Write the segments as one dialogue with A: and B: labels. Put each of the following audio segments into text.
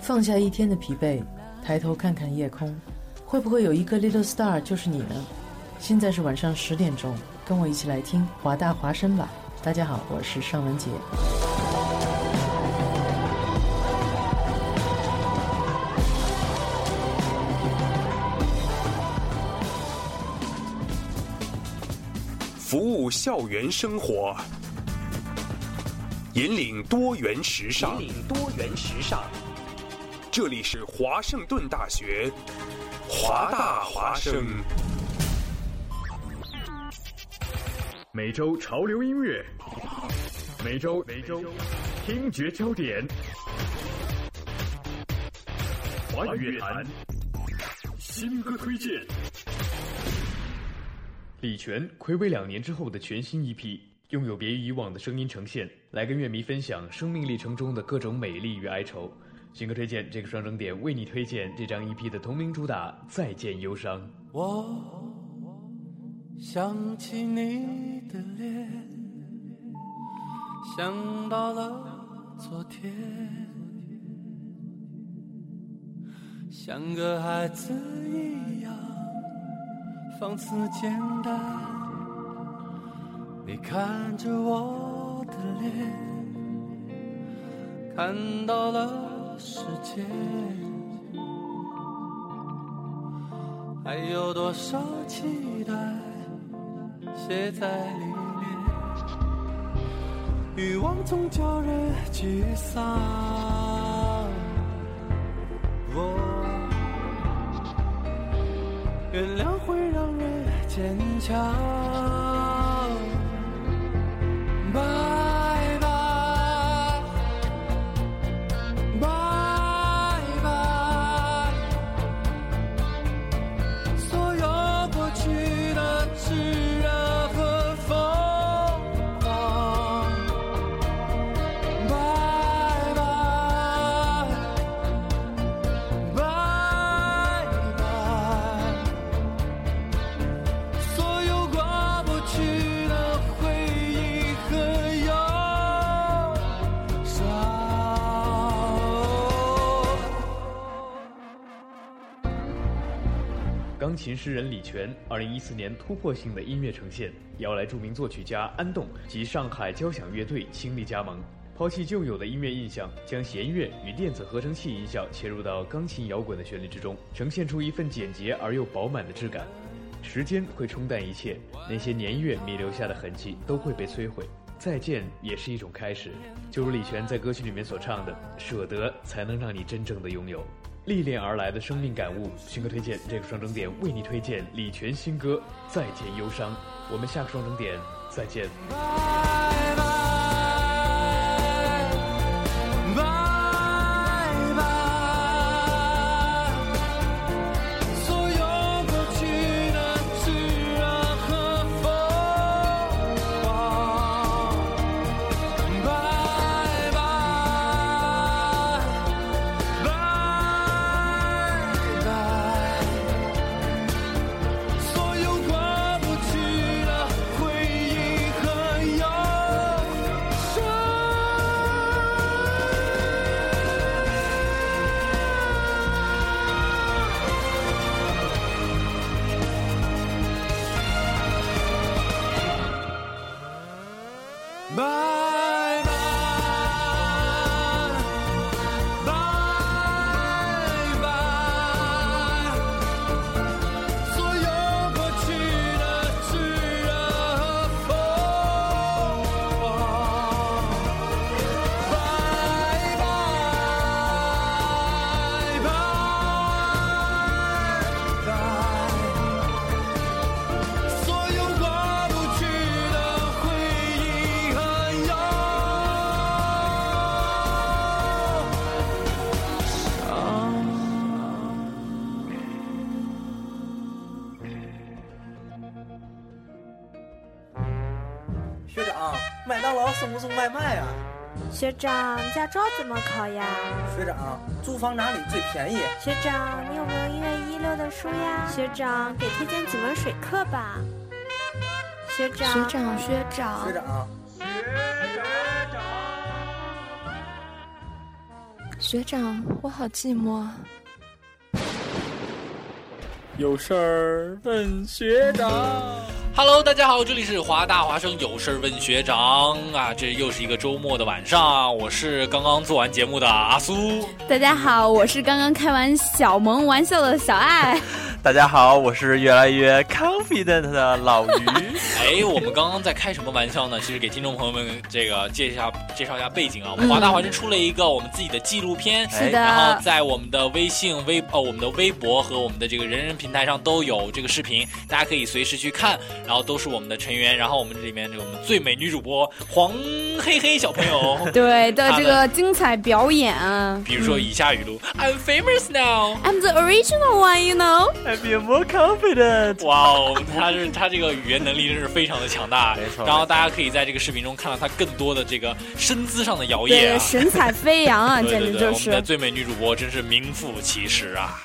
A: 放下一天的疲惫，抬头看看夜空，会不会有一颗 little star 就是你呢？现在是晚上十点钟，跟我一起来听华大华声吧。大家好，我是尚雯婕。
B: 服务校园生活，引领多元时尚。
C: 引领多元时尚。
B: 这里是华盛顿大学，华大华生。
D: 每周潮流音乐，每周每周听觉焦点，华语乐坛新歌推荐。李泉暌违两年之后的全新一批，拥有别于以往的声音呈现，来跟乐迷分享生命历程中的各种美丽与哀愁。新歌推荐这个双整点为你推荐这张 EP 的同名主打《再见忧伤》。
E: 我想起你的脸，想到了昨天，像个孩子一样放肆简单。你看着我的脸，看到了世界。还有多少期待写在里面？欲望总叫人沮丧。哦，原谅会让人坚强。拜拜，拜拜。所有过去的炽热和疯狂，拜拜，拜拜，所有过不去的回忆和忧伤。
D: 钢琴诗人李泉，二零一四年突破性的音乐呈现，邀来著名作曲家安栋及上海交响乐队倾力加盟，抛弃旧有的音乐印象，将弦乐与电子合成器音效切入到钢琴摇滚的旋律之中，呈现出一份简洁而又饱满的质感。时间会冲淡一切，那些年月遗留下的痕迹都会被摧毁。再见也是一种开始，就如李泉在歌曲里面所唱的：“舍得才能让你真正的拥有。”历练而来的生命感悟，新歌推荐这个双整点为你推荐李泉新歌《再见忧伤》，我们下个双整点再见。
E: 拜拜，拜拜，所有过去的炽热和疯狂。拜拜，拜拜。所有过不去的回忆和忧伤。拜拜，拜拜。所有过去的炽热和疯狂，拜拜，拜拜，所有过不去的回忆和忧伤。
F: 学长，麦当劳送不送外卖啊？
G: 学长，驾照怎么考呀？
F: 学长，租房哪里最便宜？
G: 学长，你有没有一月一六的书呀？学长，给推荐几门水课吧。学长，学长，学长
F: 学长，
G: 学
C: 学长，我好寂寞。
H: 啊
I: 有事儿问学长。
E: Hello，大家好，这里是华大华生有事儿问学长啊，这又是一个周末的晚上，啊我是刚刚做完节目的阿苏。
H: 大家好，我是刚刚开完小萌玩笑的小爱。
J: 大家好，我是越来越 confident 的老于。
E: 哎，我们刚刚在开什么玩笑呢？其实给听众朋友们这个介绍介绍一下背景啊，我们华大华生出了一个我们自己的纪录片，
H: 是的，
E: 然后在我们的微信、微哦我们的微博和我们的这个人人平台上都有这个视频，大家可以随时去看。然后都是我们的成员，然后我们这里面这个我们最美女主播黄黑黑小朋友
H: 对的，这个精彩表演。啊
E: 比如说以下语录、i m famous now。
H: I'm the original one, you know.
J: I feel more confident。
E: 哇哦，他是他这个语言能力真是非常的强大，没
J: 错
E: 然后大家可以在这个视频中看到他更多的这个身姿上的摇曳
H: 对，
E: 啊，
H: 神采飞扬 啊，
E: 对
H: 简
E: 对
H: 直
E: 对，
H: 就
E: 我们的
H: 是。
E: 最美女主播真是名副其实啊。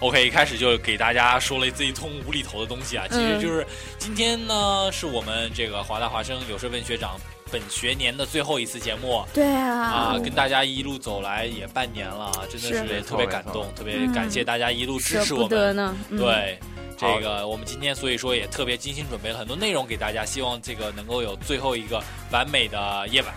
E: OK，一开始就给大家说了自己通无厘头的东西啊，其实
H: 嗯
E: 就是今天呢是我们这个华大华生有事问学长本学年的最后一次节目。
H: 对啊
E: 啊，，跟大家一路走来也半年了，啊真
H: 是
E: 的
H: 没
E: 是
J: 错
E: 特别感动，特别感谢大家一路支
H: 舍
E: 持我
H: 不
E: 们。
H: 得呢。嗯，
E: 对，
J: 好
E: 这个我们今天所以说也特别精心准备了很多内容给大家，希望这个能够有最后一个完美的夜晚。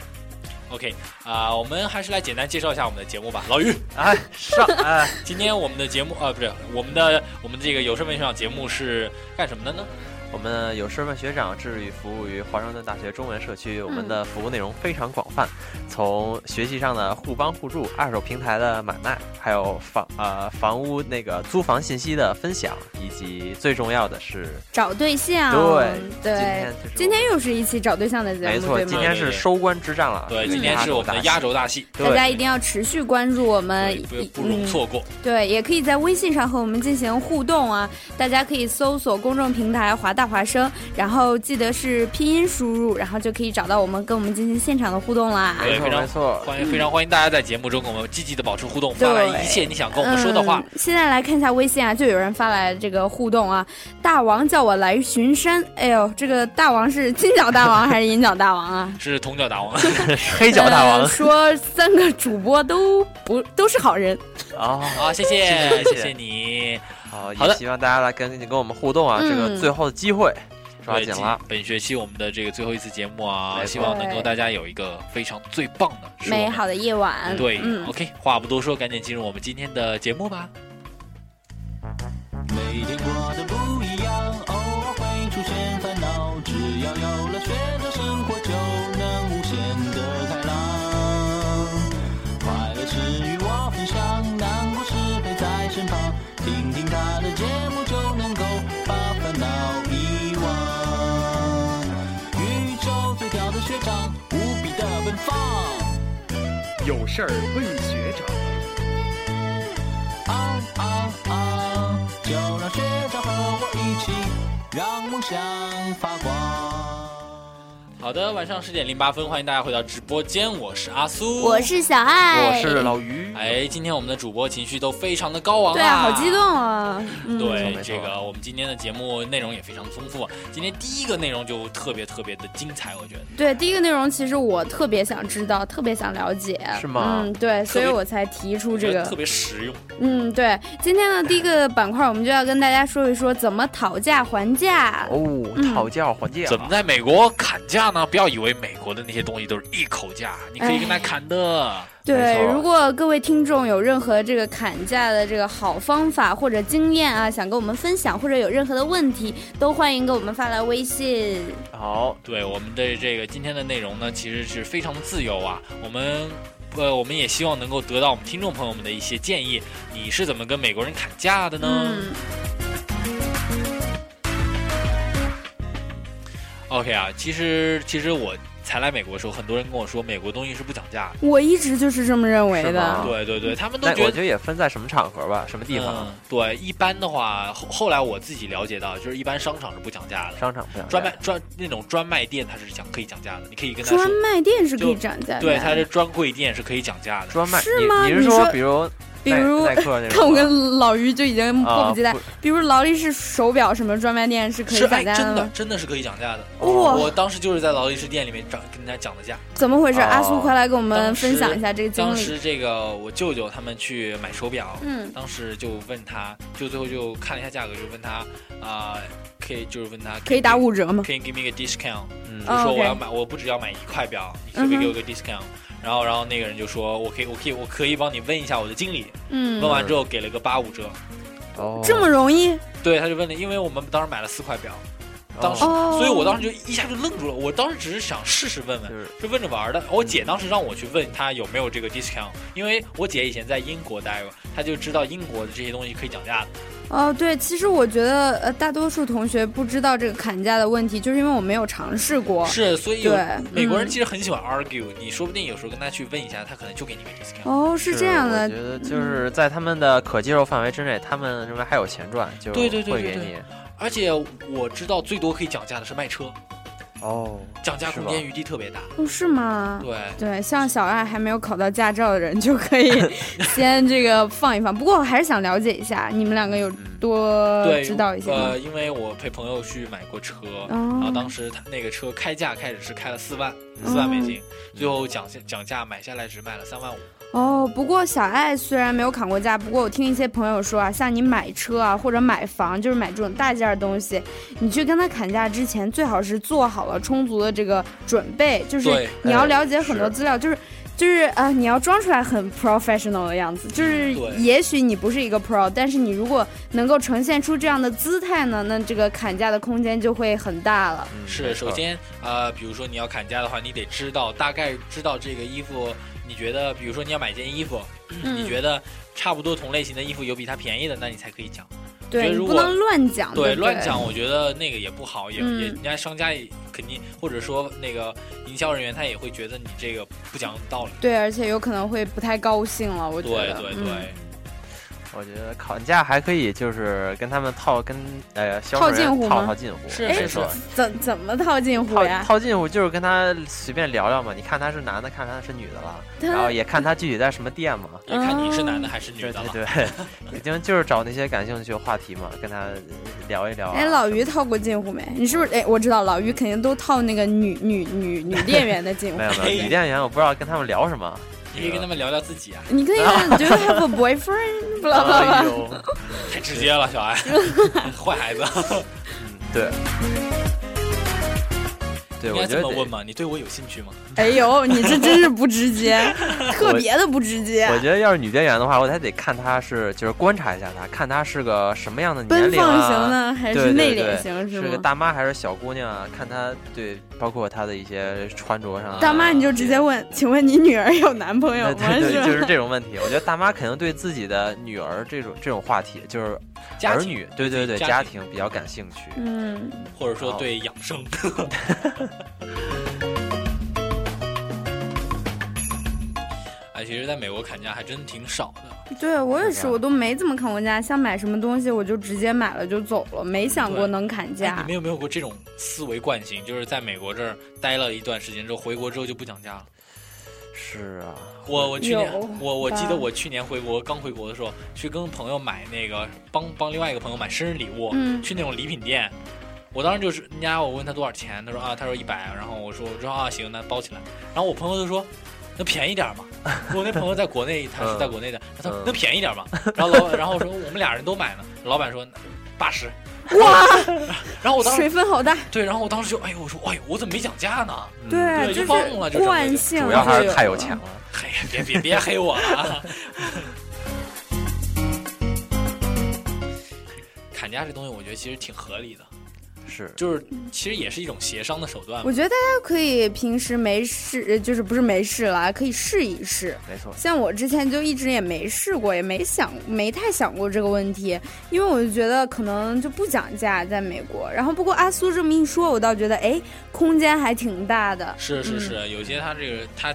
E: OK，啊、我们还是来简单介绍一下我们的节目吧。老于，
J: 哎， 上哎，
E: 今天我们的节目啊、呃不是我们的我们这个有声文学长节目是干什么的呢？
J: 我们有事问学长，致力服务于华盛顿大学中文社区。我们的
H: 嗯
J: 服务内容非常广泛，从学习上的互帮互助、二手平台的买卖，还有房呃房屋那个租房信息的分享，以及最重要的是，
H: 找对象。
J: 对今
H: 对
J: 天就是我，
H: 今天又是一期找对象的节
J: 没
H: 目，
J: 错，
H: 对
J: 今
H: 吗？
J: 天是收官之战了。
E: 对，今天是我们的压轴大戏，
J: 对，
H: 大家一定要持续关注我们
B: 哎
E: 对，不，不容
H: 嗯，
E: 错过。
H: 对，也可以在微信上和我们进行互动啊！大家可以搜索公众平台“华大华生”，然后记得是拼音输入，然后就可以找到我们，跟我们进行现场的互 动啦。
E: 对
J: 没错
E: 非常
J: 没错，
E: 欢迎非常欢迎大家在节目中跟我们积极的保持互动，发来
H: 对
E: 一切你想跟我们说的话。
H: 嗯。现在来看一下微信啊，就有人发来这个互动啊，大王叫我来巡山。哎呦，这个大王是金角大王还是银角大王啊？
E: 是铜角 大王，
J: 黑脚大
H: 呃
J: 王
H: 说三个主播都不都是好人，
J: 啊。
E: 好，谢谢，
J: 谢谢
E: 谢谢你。
J: 好，
E: 好的
J: 也希望大家来跟跟我们互动啊，
H: 嗯
J: 这个最后的机会抓紧了。
E: 本学期我们的这个最后一次节目啊，
J: 没错
E: 希望能够大家有一个非常最棒的是我们
H: 美好的夜晚。
E: 对、
H: 嗯，
E: o k 话不多说，赶紧进入我们今天的节目吧。
K: 每天过得不一样，偶尔会出现烦恼，只要有了学长，生活就能无限的开朗。快乐是与我分享，难过时陪在身旁，听听他的节目就能够把烦恼遗忘。宇宙最屌的学长，无比的奔放，
B: 哎有事儿问学长。
K: 昂昂昂，就让学长和我一起，让梦想发光。
E: 好的，晚上十点零八分，欢迎大家回到直播间，我是阿苏，
H: 我。是小爱，
J: 我是老于，
E: 哎，今天我们的主播情绪都非常的高昂
H: 对啊，好激动啊！嗯、
J: 没
E: 对
J: 错
E: 这个，我们今天的节目内容也非常丰富。今天第一个内容就特别特别的精彩，我觉得。
H: 对，第一个内容其实我特别想知道，特别想了解，
J: 是吗
H: 嗯，对，所以
E: 特别
H: 我才提出
E: 我觉
H: 这
E: 得
H: 个。
E: 特别实用，
H: 嗯，对，今天的第一个板块，我们就要跟大家说一说怎么讨价还价。
J: 哦，
H: 嗯
J: 讨价还价，
E: 怎么在美国砍价呢？不要以为美国的那些东西都是一口价，你可以跟他砍的。
H: 对
J: 没，错
H: 如果各位听众有任何这个砍价的这个好方法或者经验啊，想跟我们分享，或者有任何的问题，都欢迎给我们发来微信。
J: 好，
E: 对我们的这个今天的内容呢，其实是非常自由啊。我们呃，我们也希望能够得到我们听众朋友们的一些建议。你是怎么跟美国人砍价的呢？
H: 嗯，
E: OK 啊，其实其实我才来美国的时候，很多人跟我说美国东西是不讲价的。
H: 我一直就是这么认为
J: 是
H: 的
J: 吗。
E: 对对对，他们都
J: 那
E: 觉
J: 我
E: 得。
J: 觉得也分在什么场合吧，什么地方
E: 嗯，，对，一般的话，后后来我自己了解到，就是一般商场是不讲价的，
J: 商场不想
E: 专卖专那种专卖店它是讲可以讲价的，你可以跟他
H: 专
E: 说，
H: 卖店是可以
E: 就
H: 涨价的，
E: 对，它是专柜店是可以讲价的，
J: 专卖，
H: 是吗
J: 你你是
H: 你
J: 说
H: 说
J: 比如
H: 比如
J: 耐克那种
H: 看我跟老于就已经迫不及待
J: 啊不。
H: 比如劳力士手表什么专卖店是可以
E: 是
H: 下
E: 哎，
H: 单
E: 真的
H: 吗？
E: 真的是可以讲价的。
H: 哇
E: 我当时就是在劳力士店里面涨跟人家讲的价。
H: 怎么回事？
E: 哦
H: 阿苏，快来给我们
E: 当时
H: 分享一下这个经
E: 当
H: 历
E: 时。这个我舅舅他们去买手表，
H: 嗯
E: 当时就问他，就最后就看了一下价格，就问他啊、可以就是问他
H: 可以打五折吗
E: ？Can you give me a discount？
J: 嗯
E: 就说
H: 哦，OK
E: 我要买，我不只要买一块表，你可不可以
H: 嗯哼
E: 给我个 discount？、然后，然后那个人就说：“我可以，我可以，我可以帮你问一下我的经理。”
H: 嗯
E: 问完之后给了个八五折。
J: 哦
H: 这么容易？
E: 对，他就问了，因为我们当时买了四块表，当时，
H: 哦
E: 所以我当时就一下就愣住了。我当时只是想试试问问，就问着玩儿的。我姐当时让我去问她有没有这个 discount，因为我姐以前在英国待过，她就知道英国的这些东西可以讲价的。
H: 哦，对，其实我觉得呃，大多数同学不知道这个砍价的问题，就是因为我没有尝试过。
E: 是，所以有
H: 对
E: 美国人
H: 嗯
E: 其实很喜欢 argue，、你说不定有时候跟他去问一下，他可能就给你个 discount。
H: 哦，是这样的嗯
J: 我觉，得就是在他们的可接受范围之内，他们认为还有钱赚，就
E: 对对对
J: 会
E: 对
J: 给
E: 对
J: 你。
E: 而且我知道最多可以讲价的是卖车，
J: 哦，
E: 讲价空
J: 是吧
E: 间余地特别大。
H: 哦，是吗？
E: 对
H: 对，像小爱还没有考到驾照的人，就可以先这个放一放。不过我还是想了解一下，你们两个有多
E: 嗯对，
H: 嗯知道一些吗
E: 呃，？因为我陪朋友去买过车，
H: 哦
E: 然后当时他那个车开价开始是开了四万，
H: 嗯
E: 四万美金，最后讲价讲价买下来只卖了三万五。
H: 哦，不过小爱虽然没有砍过价，不过我听一些朋友说啊，像你买车啊或者买房，就是买这种大件儿的东西，你去跟他砍价之前，最好是做好了充足的这个准备，就是
E: 对
H: 你要
E: 哎
H: 了解很多
E: 是
H: 资料，就是。就是啊、呃你要装出来很 professional 的样子，就是
E: 嗯对
H: 也许你不是一个 pro，但是你如果能够呈现出这样的姿态呢，那这个砍价的空间就会很大了。
E: 是，
J: 嗯
E: 首先啊、呃比如说你要砍价的话，你得知道大概知道这个衣服，你觉得，比如说你要买件衣服，
H: 嗯
E: 你觉得差不多同类型的衣服有比它便宜的，那你才可以讲。觉
H: 对
E: 得
H: 你
E: 如
H: 不
E: 果
H: 能乱讲，啊对不对
E: 乱讲，我觉得那个也不好，也、
H: 嗯
E: 也人家商家也肯定，或者说那个营销人员他也会觉得你这个不讲道理。
H: 对，而且有可能会不太高兴了，我觉
E: 对
H: 得。
E: 对
H: 嗯
E: 对，
J: 我觉得砍价还可以，就是跟他们套跟呃销售
H: 套近
J: 人
H: 乎
J: 套
H: 吗
J: 套近乎，
H: 是
J: 没
H: 是
J: 错。
H: 怎怎么套近乎
J: 套
H: 呀？
J: 套近乎就是跟他随便聊聊嘛，你看他是男的，看他是女的了，
H: 他
J: 然后也看他具体在什么店嘛，
E: 也看你是男
H: 嗯
E: 的还是女的了。
J: 对对， 已经就是找那些感兴趣的话题嘛，跟他聊一聊、啊。
H: 哎，老于套过近乎没？你是不是？哎，我知道老于肯定都套那个女女女女店员的近乎。
J: 没有
E: 哎
J: 没有，女店员我不知道跟他们聊什 么。
E: 你可以跟他们聊聊自己啊，
H: 你可以问 Do you have a boyfriend？不啦不啦
J: 哎
H: 不啦。
E: 哦
J: 呦，
E: 太直接了，小爱，坏孩子。
J: 对，对，
E: 应
J: 我
E: 该
J: 觉
E: 这
J: 得
E: 么
J: 得
E: 问嘛？你对我有兴趣吗？
H: 哎呦，你这真是不直接， 特别的不直接。
J: 我觉得要是女店员的话，我还得看她是，就是观察一下她，看她是个什么样的年龄、啊、
H: 奔放型呢还是
J: 对对
H: 内
J: 对
H: 敛型是
J: 是
H: 吗
J: 个大妈还是小姑娘啊？看她对，包括她的一些穿着上啊、
H: 大妈，你就直接问，请问你女儿有男朋友
J: 对
H: 吗？
J: 对对，就是
H: 吧？
J: 这种问题。我觉得大妈肯定对自己的女儿这种这种话题，就是
E: 家
J: 儿
E: 庭
J: 女，对对对，
E: 家
J: 家庭比较感兴趣。
H: 嗯，
E: 或者说对养生？ 哎，其实在美国砍价还真挺少的，
H: 对我也是，我都没怎么砍过价，像买什么东西我就直接买了就走了，没想过
E: 对
H: 能砍
E: 哎
J: 哎
E: 你
H: 价
E: 们。有没有过这种思维惯性？就是在美国这儿待了一段时间之后，回国之后就不讲价了。
J: 是啊，
E: 我我去年
H: 有
E: 我我记
H: 吧
E: 得我去年回国刚回国的时候，去跟朋友买那个帮帮另外一个朋友买生日礼物，
H: 嗯
E: 去那种礼品店，我当时就是人家我问他多少钱，他说啊他说一百，然后我说我说啊行那包起来，然后我朋友就说。那便宜点 嘛，我那朋友在国内，他是在国内的，他说
J: 嗯
E: 那便宜点嘛，然后老板，然后我说我们俩人都买呢，老板说八十，
H: 哇，
E: 然后我当时
H: 水分好大，
E: 对，然后我当时就哎呦我说哎呦我怎么没讲价呢？
H: 嗯对，
E: 对
H: 就
E: 就是忘了就整个
H: 惯
E: 就
H: 性，
J: 主要还是太有钱了。。
E: 嘿哎呀，别别别黑我了啊！砍价这东西，我觉得其实挺合理的，
J: 是，
E: 就是
H: 嗯
E: 其实也是一种协商的手段嘛。
H: 我觉得大家可以平时没事，呃就是不是没事啦，可以试一试。
J: 没错。
H: 像我之前就一直也没试过，也没想，没太想过这个问题，因为我就觉得可能就不讲价在美国。然后不过阿苏这么一说，我倒觉得哎，空间还挺大的。
E: 是是
H: 嗯
E: 是，有些他这个他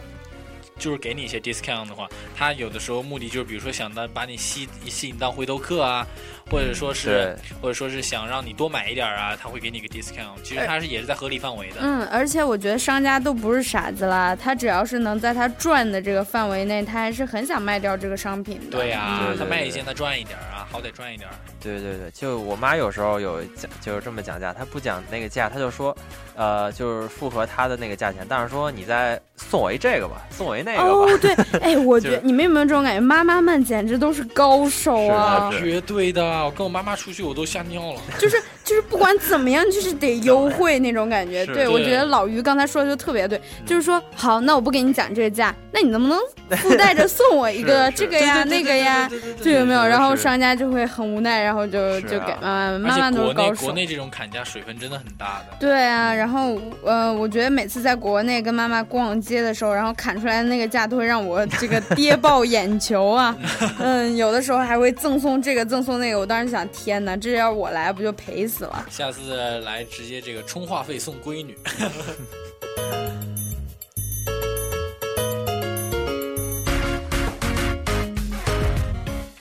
E: 就是给你一些 discount 的话，他有的时候目的就是比如说想到把你吸吸引到回头客啊，或者说是
J: 嗯对
E: 或者说是想让你多买一点儿啊，他会给你一个 discount，其实它是也是在合理范围的。
H: 哎嗯，而且我觉得商家都不是傻子啦，他只要是能在他赚的这个范围内，他还是很想卖掉这个商品的。
E: 对呀、
J: 对对
E: 他
J: 对
E: 卖一
J: 对
E: 件他赚一点儿啊，好歹赚一点儿。
J: 对对对，就我妈有时候有讲，就是这么讲价，她不讲那个价，她就说，呃，就是复合她的那个价钱，但是说你再送我一这个吧，送我一那个吧。
H: 哦，对，哎，我
J: 就
H: 觉得你们有没有这种感觉？妈妈们简直都是高手啊！
E: 绝对的，我跟我妈妈出去我都吓尿了。
H: 就是就是不管怎么样，就是得 优惠那种感觉。
E: 是
H: 对，我
E: 对嗯
H: 觉得老于刚才说的就特别对，就是说好，那我不给你讲这个价，那你能不能附带着送我一个
J: 是
H: 这个呀、那个呀，就有没有？然后商家就会很无奈，然后就是就
E: 啊
H: 给妈妈，
E: 而
H: 妈
E: 且
H: 妈都
E: 国
H: 是高
E: 内
H: 手
E: 国。内这种砍价水分真的很大的。
H: 对啊，然后呃，我觉得每次在国内跟妈妈逛街的时候，然后砍出来的那个价都会让我这个 跌爆眼球啊。嗯，有的时候还会赠送这个赠送那个，我当时想，天哪，这要我来不就赔死了？
E: 下次来直接这个充话费送闺女。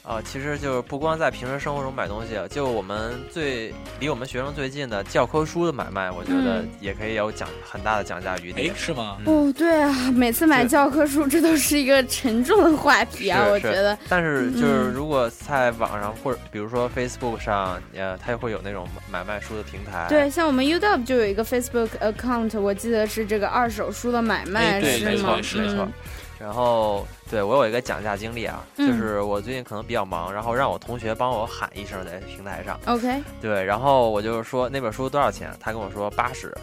J: 啊，其实就是不光在平时生活中买东西，啊就我们最离我们学生最近的教科书的买卖，我觉得
H: 嗯
J: 也可以有讲很大的讲价余地。
E: 哎，是吗？
H: 哦，对啊，每次买教科书，这都是一个沉重的话题啊，
J: 是
H: 我
J: 是哎
H: 觉得。
J: 但是就是
H: 嗯
J: 如果在网上或者比如说 Facebook 上，呃，它会有那种买卖书的平台。
H: 对，像我们 UW 就有一个 Facebook account，我记得是这个二手书的买卖，
J: 哎对
H: 是
J: 没
H: 吗
J: 错？是没错
H: 嗯，
J: 然后对我有一个讲价经历啊，就
H: 嗯
J: 是我最近可能比较忙，然后让我同学帮我喊一声在平台上。
H: ，OK，
J: 对，然后我就是说那本书多少钱，他跟我说八十，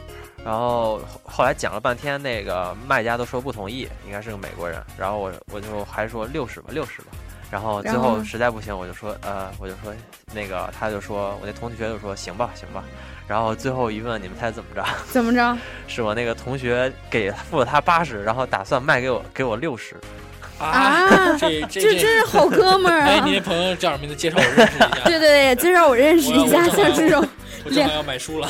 J: 然后后后来讲了半天，那个卖家都说不同意，应该是个美国人，然后我我就还说六十吧，六十吧，然后最
H: 然后
J: 后
H: 呢
J: 实在不行，我就说呃，我就说那个他就说我那同学就说行吧，行吧，然后最后一问你们猜怎么着？
H: 怎么着？
J: 是我那个同学给付了他八十，然后打算卖给我给我六十。
H: 啊
E: 这这
H: 这真是好哥们儿啊
E: 哎，你那朋友叫什么名字？介绍我认识一 下。
H: 对对对，介绍我认识一下，
E: 我要我正好
H: 像这种
E: 我正
H: 两
E: 好要 买书了。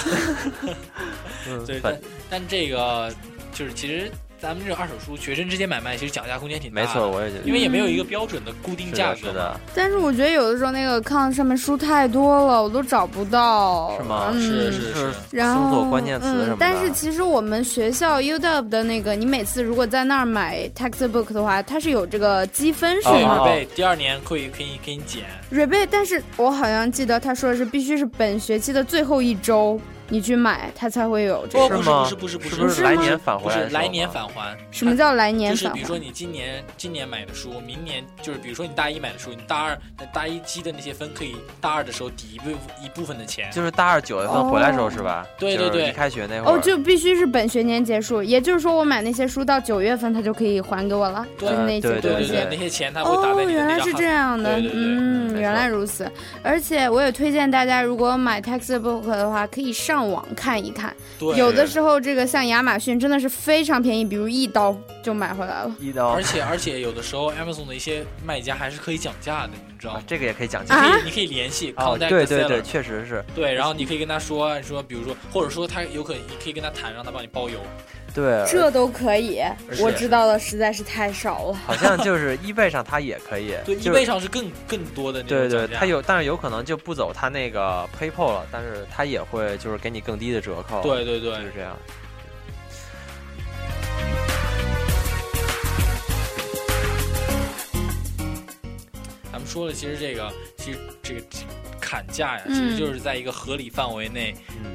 E: 嗯对，但但这个就是其实咱们这种二手书，学生之间买卖其实讲价空间挺大的。
J: 没错我也觉得
E: 啊因为也没有一个标准的固定价格。
J: 是的是的
H: 但是我觉得有的时候那个 account 上面书太多了，我都找不到。
J: 是吗？
H: 嗯、
J: 是是是，
H: 然
J: 搜
H: 后
J: 索关键词什么的。
H: 嗯。但是其实我们学校 UW 的那个，你每次如果在那儿买 textbook 的话，它是有这个积分是
E: 对，
H: 吗？
J: 哦
E: 会被第二年会可以给你减。
H: rebate，但是我好像记得他说的是必须是本学期的最后一周你去买，它才会有这
E: 哦，
H: 个。
E: 不是不是不是不
J: 是不是来年返
E: 不
J: 啊回来
E: 是
J: 的时候哦
E: 来年返还。
H: 什么叫来
E: 就
H: 年
E: 是
H: 返
E: 比
H: 还
E: 如？说你今年今年买的书，明年就是比如说你大一买的书，你大二大一积的那些分可以大二的时候抵一部一部分的钱。
J: 就是大二九月份回来的时候是吧？
E: 对对
J: 就是
E: 对
J: 一开学那会儿。
H: 哦，就必须是本学年结束，也就是说我买那些书到九月份它就可以还给我了，就
E: 对
H: 是
J: 对
H: 那些
J: 对
E: 对
J: 对
E: 对，那些钱他会打
H: 哦
E: 在，你的
H: 原
E: 那
H: 来
E: 张
H: 是
E: 卡
H: 这样的，
E: 对对对，
H: 嗯，
J: 错
H: 原来如此。而且我也推荐大家，如果买 textbook 的话，可以上网看一看。
E: 对
H: 有的时候这个像亚马逊真的是非常便宜，比如一刀就买回来了。
J: 一刀，
E: 而且而且有的时候 Amazon 的一些卖家还是可以讲价的，你知道吗？
J: 啊这个也可以讲
E: 你
J: 价。
E: 可以你可以联系
J: 哦，
E: contact
J: 对对
E: seller
J: 对，确实是。
E: 对，然后你可以跟他说说，比如说，或者说他有可能你可以跟他谈，让他帮你包邮。
J: 对，
E: 呃
H: 这都可以，
J: 而
H: 我
J: 且
H: 知道的实在是太少了。
J: 好像就是易贝上它也可以。
E: 对，
J: 就是
E: 易贝上是更更多的那种
J: 对对，
E: 讲价
J: 它有，但是有可能就不走它那个 PayPal 了，但是它也会就是给你更低的折扣。
E: 对对
J: 就
E: 对
J: 是这样。
E: 咱们说了，其实这个其实这个砍价呀，其
H: 嗯
E: 实就是在一个合理范围内，
J: 嗯，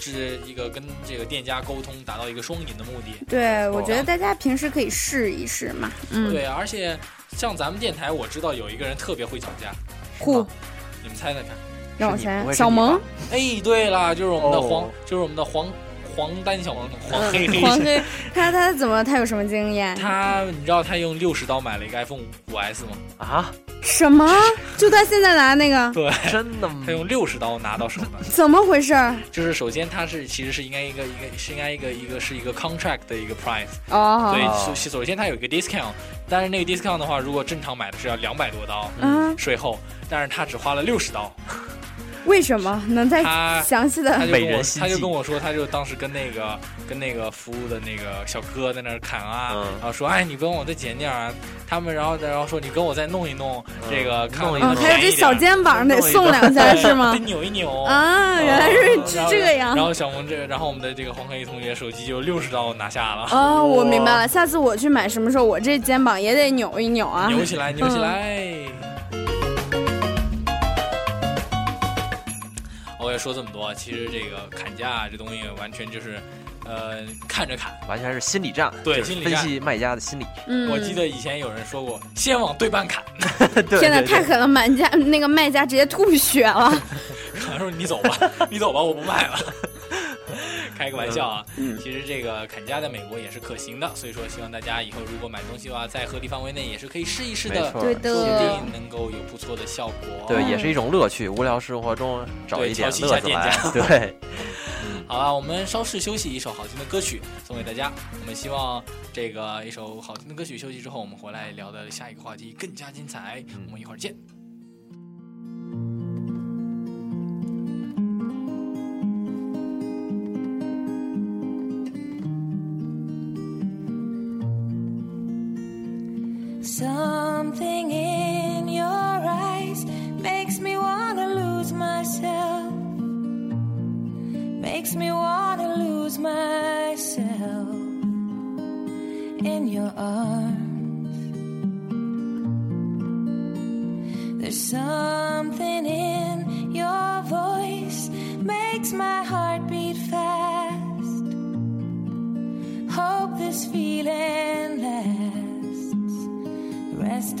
E: 是一个跟这个店家沟通，达到一个双赢的目的。
H: 对，我觉得大家平时可以试一试嘛。嗯，
E: 对，而且像咱们电台，我知道有一个人特别会讲价，
H: 酷，
E: 你们猜猜看？
H: 让我
J: 是你
H: 想
J: 不
H: 想，
J: 会是
H: 小
J: 你吧
H: 萌，
E: 哎，对了，就是我们的黄，
J: 哦
E: 就是我们的黄黄丹小王黄黑黑。
H: 黄黑，他他怎么他有什么经验？
E: 他，你知道他用六十刀买了一个 iPhone 五 S 吗？
J: 啊，
H: 什么？就他现在拿那个，
E: 对，
J: 真的 吗
E: 他？用六十刀拿到手的。
H: 怎么回事儿？
E: 就是首先，它是其实是应该一个一个是应该一个一个是一个 contract 的一个 price，
H: 哦，
E: 对，首首先它有一个 discount，但是那个 discount 的话，如果正常买的是要两百多刀，
H: 嗯，
E: 税后，但是他只花了六十刀，
H: 为什么？能再
E: 他
H: 详细的
E: 他就跟我他就跟我说，他就当时跟那个跟那个服务的那个小哥在那儿砍啊，然后说哎，你帮我再减点儿啊，他们然后然后说你跟我再弄一弄这个，看
H: 哦
E: 能不能
H: 还有
E: 便宜
H: 这
E: 点儿
H: 小肩膀得
E: 弄一
H: 送
E: 弄
H: 两下是吗
E: 得扭一扭
H: 啊原来是
E: 然后
H: 这样
E: 然后小萌这，然后我们的这个黄可一同学手机就六十刀拿下了。
H: 哦，我明白了，下次我去买什么时候，我这肩膀也得扭一扭啊，
E: 扭起来，扭起
H: 嗯
E: 来。
J: 嗯
E: 我也说这么多，啊其实这个砍价啊这东西完全就是，呃，看着砍。
J: 完全是心理战，
E: 对
J: 就是
E: 心理
J: 分
E: 战
J: 析卖家的 心理。
H: 嗯
E: 我记得以前有人说过，先往对半砍。
H: 天哪，太狠了！买家那个卖家直接吐血了。
E: 然后说你走吧，你走吧，我不卖了。 开个玩笑啊，
J: 嗯
E: 其实这个砍价在美国也是可行的，所以说希望大家以后如果买东西的话，在合理范围内也是可以试一试
J: 没
E: 的，
J: 错对的
E: 说不定能够有不错的效果。
J: 对，也是
H: 哦
J: 一种乐趣。无聊生活中找
E: 对
J: 一点
E: 调戏一下
J: 乐子
E: 店
J: 来
E: 家。
J: 对，
E: 好了，我们稍事休息，一首好听的歌曲送给大家。我们希望这个一首好听的歌曲休息之后，我们回来聊的下一个话题更加精彩。
J: 嗯
E: 我们一会儿见。
G: Something in your eyes makes me wanna lose myself. Makes me wanna lose myself in your arms. There's something in your voice makes my heart beat fast. Hope this feeling lasts rest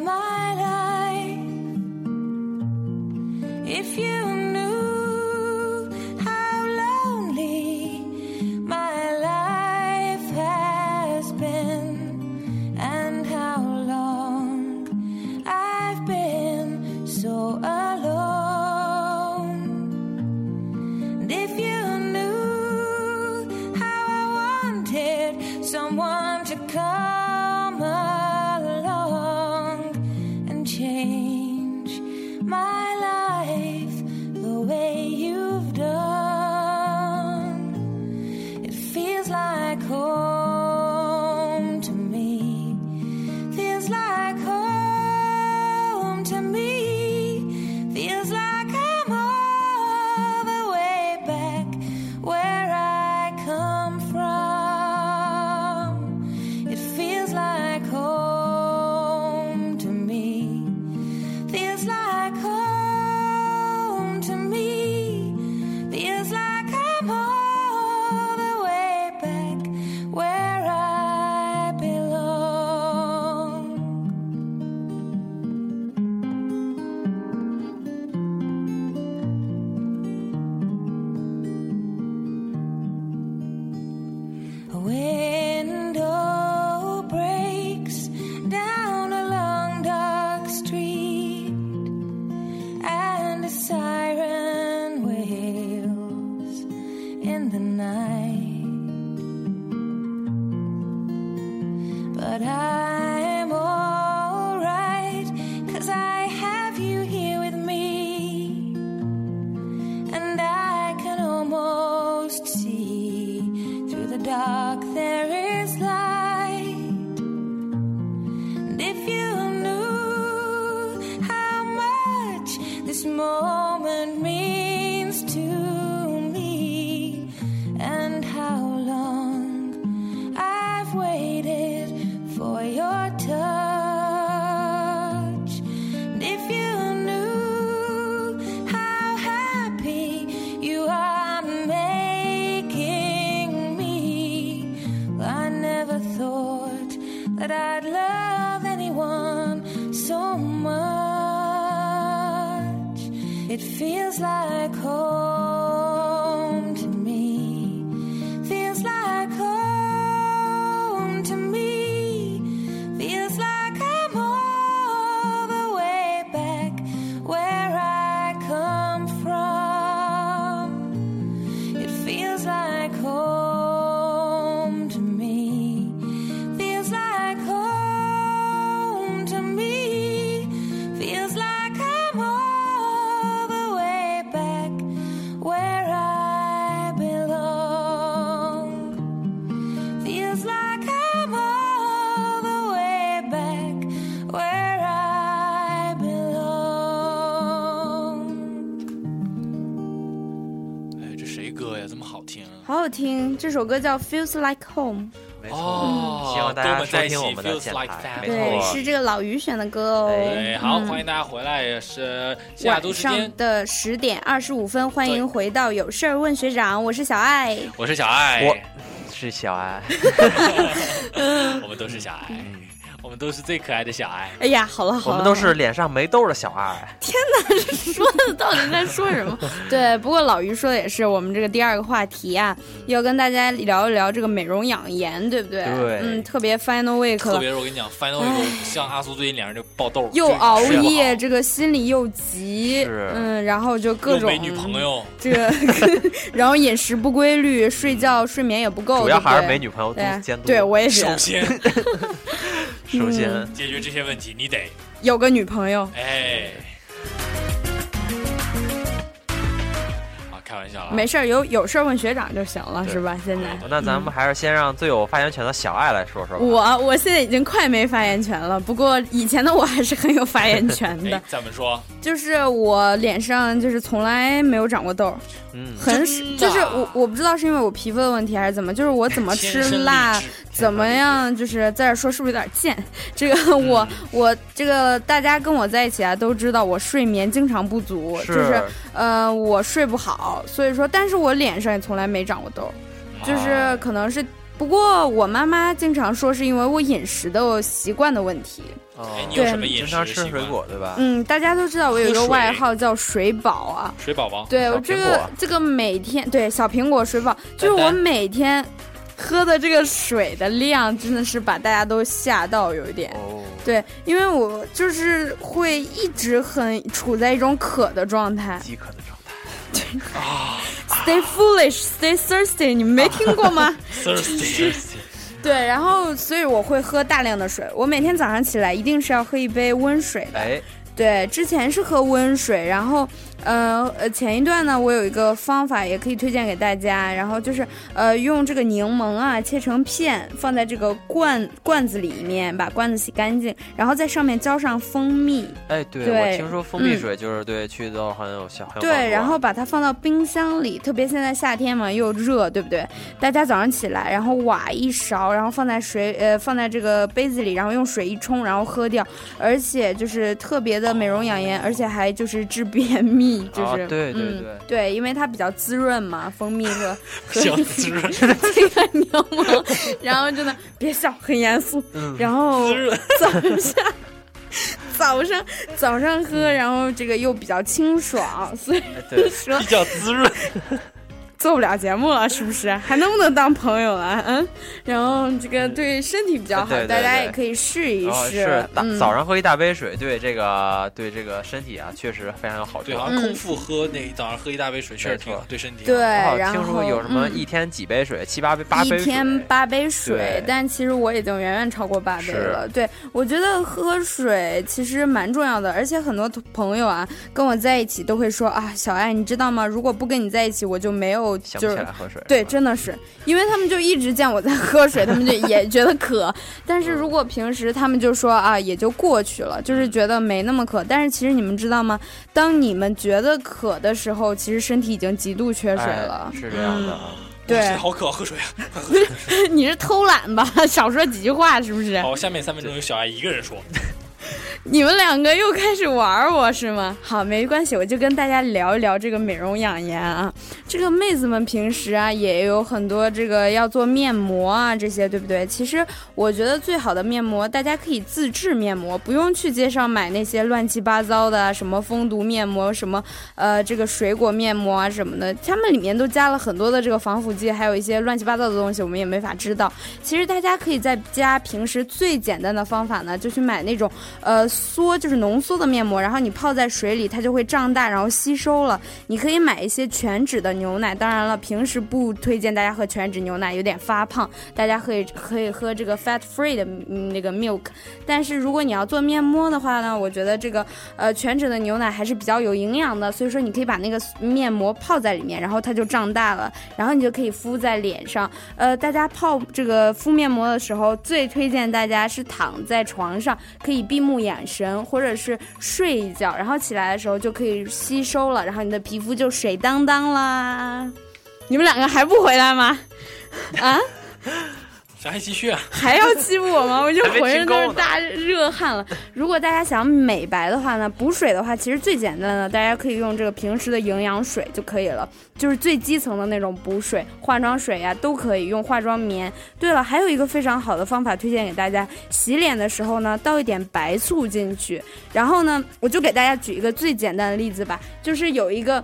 G: my life. If you knew how lonely my life has been and how long I've been so alone. And if you knew how I wanted someone to come along and change my life the way you've done, it feels like home to me. Feels like home to me. Feels like I'm all the way back where I come from. It feels like home to me. Feels like home to me. Feels like I'm all the way back where I belong. A window breaks down a long dark street, and a siren wails in the night. But I'm alright, cause I have you here with me, and I can almost see. Through the dark there is light. And if you knew how much this moment means to me and how long I've waited for your touch. And if you knew how happy you are making me, I never thought that I'd love anyone so much. It feels like home to me. Feels like home to me. Feels like I'm all the way back where I come from. It feels like home to me. Feels like home to me. Feels like I'm all the way back.
E: 哎啊
H: 好好听，这首歌叫《Feels Like Home》。
J: 没错，嗯
E: 哦
J: 希望大家收听我们的电台。
H: 对，是这个老于选的歌哦。
J: 哎
E: 对，哎好，欢迎大家回来，也是下都时间
H: 的十点二十五分，欢迎回到有事儿问学长，我是小爱，
E: 我是小爱，
J: 我是小爱，
E: 我们都是小爱，我们都是最可爱的小爱。
H: 哎呀，好了好
J: 我
H: 了，
J: 们都是脸上没痘的小爱。
H: 天哪，说的到底在说什么？ 对，不过老于说的也是，我们这个第二个话题啊，要跟大家聊一聊这个美容养颜，对不对？
J: 对，
H: 嗯，特别 final week，
E: 特别是我跟你讲，final week，像阿苏最近脸上就爆痘，
H: 又熬夜，这个心里又急，嗯，然后就各种嗯
E: 没女朋友，
H: 这个， 然后饮食不规律，睡觉睡眠也不够，
J: 主要还是没女朋友监督。
H: 对我也嗯是，
E: 首先，
J: 首先
E: 解决这些问题，你得
H: 有个女朋
J: 啊
H: 友，
E: 哎。开玩笑了，
H: 没事儿，有有事儿问学长就行了，是吧？现在，
J: 那咱们还是先让最有发言权的小爱来说说吧。
H: 我我现在已经快没发言权了，不过以前的我还是很有发言权 的。
E: 哎怎么说？
H: 就是我脸上就是从来没有长过痘，
J: 嗯，
H: 很就是我我不知道是因为我皮肤的问题还是怎么，就是我怎么吃辣，怎么样，就是在这说是不是有点贱？ 这个我我这个大家跟我在一起啊都知道，我睡眠经常不足，就是呃我睡不好。所以说，但是我脸上也从来没长过痘，
J: 啊
H: 就是
E: 啊
H: 可能是，不过我妈妈经常说是因为我饮食的习惯的问题。
J: 哦，
E: 对，
J: 经常吃水果对吧？
H: 嗯，大家都知道我有一个外号叫水宝啊，
E: 水宝宝。
H: 对我这个这个每天对小苹果水宝，就是我每天喝的这个水的量真的是把大家都吓到有一点。
J: 哦
H: 对，因为我就是会一直很处在一种渴的状态，
J: 饥渴的状态。
H: 啊，Stay foolish, stay thirsty，你们没听过吗
E: ？Thirsty，
H: 对，然后所以我会喝大量的水，我每天早上起来一定是要喝一杯温水的。
J: 哎，
H: 对，之前是喝温水，然后呃呃，前一段呢，我有一个方法也可以推荐给大家，然后就是呃用这个柠檬啊切成片，放在这个罐罐子里面，把罐子洗干净，然后在上面浇上蜂蜜。
J: 哎，对，
H: 对
J: 我听说蜂蜜水就是、嗯、对祛痘很有效，很有啊
H: 对，然后把它放到冰箱里，特别现在夏天嘛又热，对不对？大家早上起来，然后挖一勺，然后放在水呃放在这个杯子里，然后用水一冲，然后喝掉，而且就是特别的。美容养颜，而且还就是治便秘，就是、
J: 啊、对对对、
H: 嗯、对，因为它比较滋润嘛，蜂蜜和
E: 比较滋润，
H: 这个柠檬，然后真的别笑，很严肃，嗯、然后早上。 早上早上喝，然后这个又比较清爽，所以
J: 哎
H: 说
E: 比较滋润。
H: 做不了节目了，是不是？ 还能不能当朋友了？嗯，然后这个对身体比较好，
J: 对对对哦
H: 大家也可以试嗯一试。
J: 是早上
H: 喝
J: 一大杯水，对这个对这个身体啊，确实非常有好处。啊
E: 对，好像
H: 嗯
E: 空腹喝那早上喝一大杯水，确实挺对身体。
H: 对，嗯
J: 然后听说有什么一天几杯水，七八杯、八杯。
H: 一天八杯水，但其实我已经远远超过八杯了。对，我觉得喝水其实蛮重要的，而且很多朋友啊跟我在一起都会说啊，小爱你知道吗？如果不跟你在一起，我就没有。
J: 想不起来喝水，
H: 对，真的是，因为他们就一直见我在喝水，他们就也觉得渴。但是如果平时他们就说啊，也就过去了，就是觉得没那么渴。但是其实你们知道吗？当你们觉得渴的时候，其实身体已经极度缺水了。
J: 哎、是这样的。
H: 嗯对，
E: 好渴，喝水啊！
H: 你是偷懒吧？ 少说几句话是不是？
E: 好，下面三分钟由小爱一个人说。
H: 你们两个又开始玩我是吗？好，没关系，我就跟大家聊一聊这个美容养颜啊。这个妹子们平时啊也有很多这个要做面膜啊这些，对不对？其实我觉得最好的面膜，大家可以自制面膜，不用去街上买那些乱七八糟的什么蜂毒面膜、什么呃这个水果面膜啊什么的，他们里面都加了很多的这个防腐剂，还有一些乱七八糟的东西，我们也没法知道。其实大家可以在家平时最简单的方法呢，就去买那种呃。缩就是浓缩的面膜，然后你泡在水里，它就会胀大，然后吸收了。你可以买一些全脂的牛奶，当然了，平时不推荐大家喝全脂牛奶，有点发胖。大家可以可以喝这个 fat free 的那个 milk。但是如果你要做面膜的话呢，我觉得这个呃全脂的牛奶还是比较有营养的，所以说你可以把那个面膜泡在里面，然后它就胀大了，然后你就可以敷在脸上。呃，大家泡这个敷面膜的时候，最推荐大家是躺在床上，可以闭目养。眼神，或者是睡一觉，然后起来的时候就可以吸收了，然后你的皮肤就水当当啦。你们两个还不回来吗？啊？
E: 咱还继续、啊，
H: 还要欺负我吗？ 我就浑身都是大热汗了。如果大家想美白的话呢，补水的话，其实最简单的，大家可以用这个平时的营养水就可以了，就是最基层的那种补水，化妆水呀、啊、都可以用化妆棉。对了，还有一个非常好的方法推荐给大家，洗脸的时候呢，倒一点白醋进去。然后呢，我就给大家举一个最简单的例子吧，就是有一个。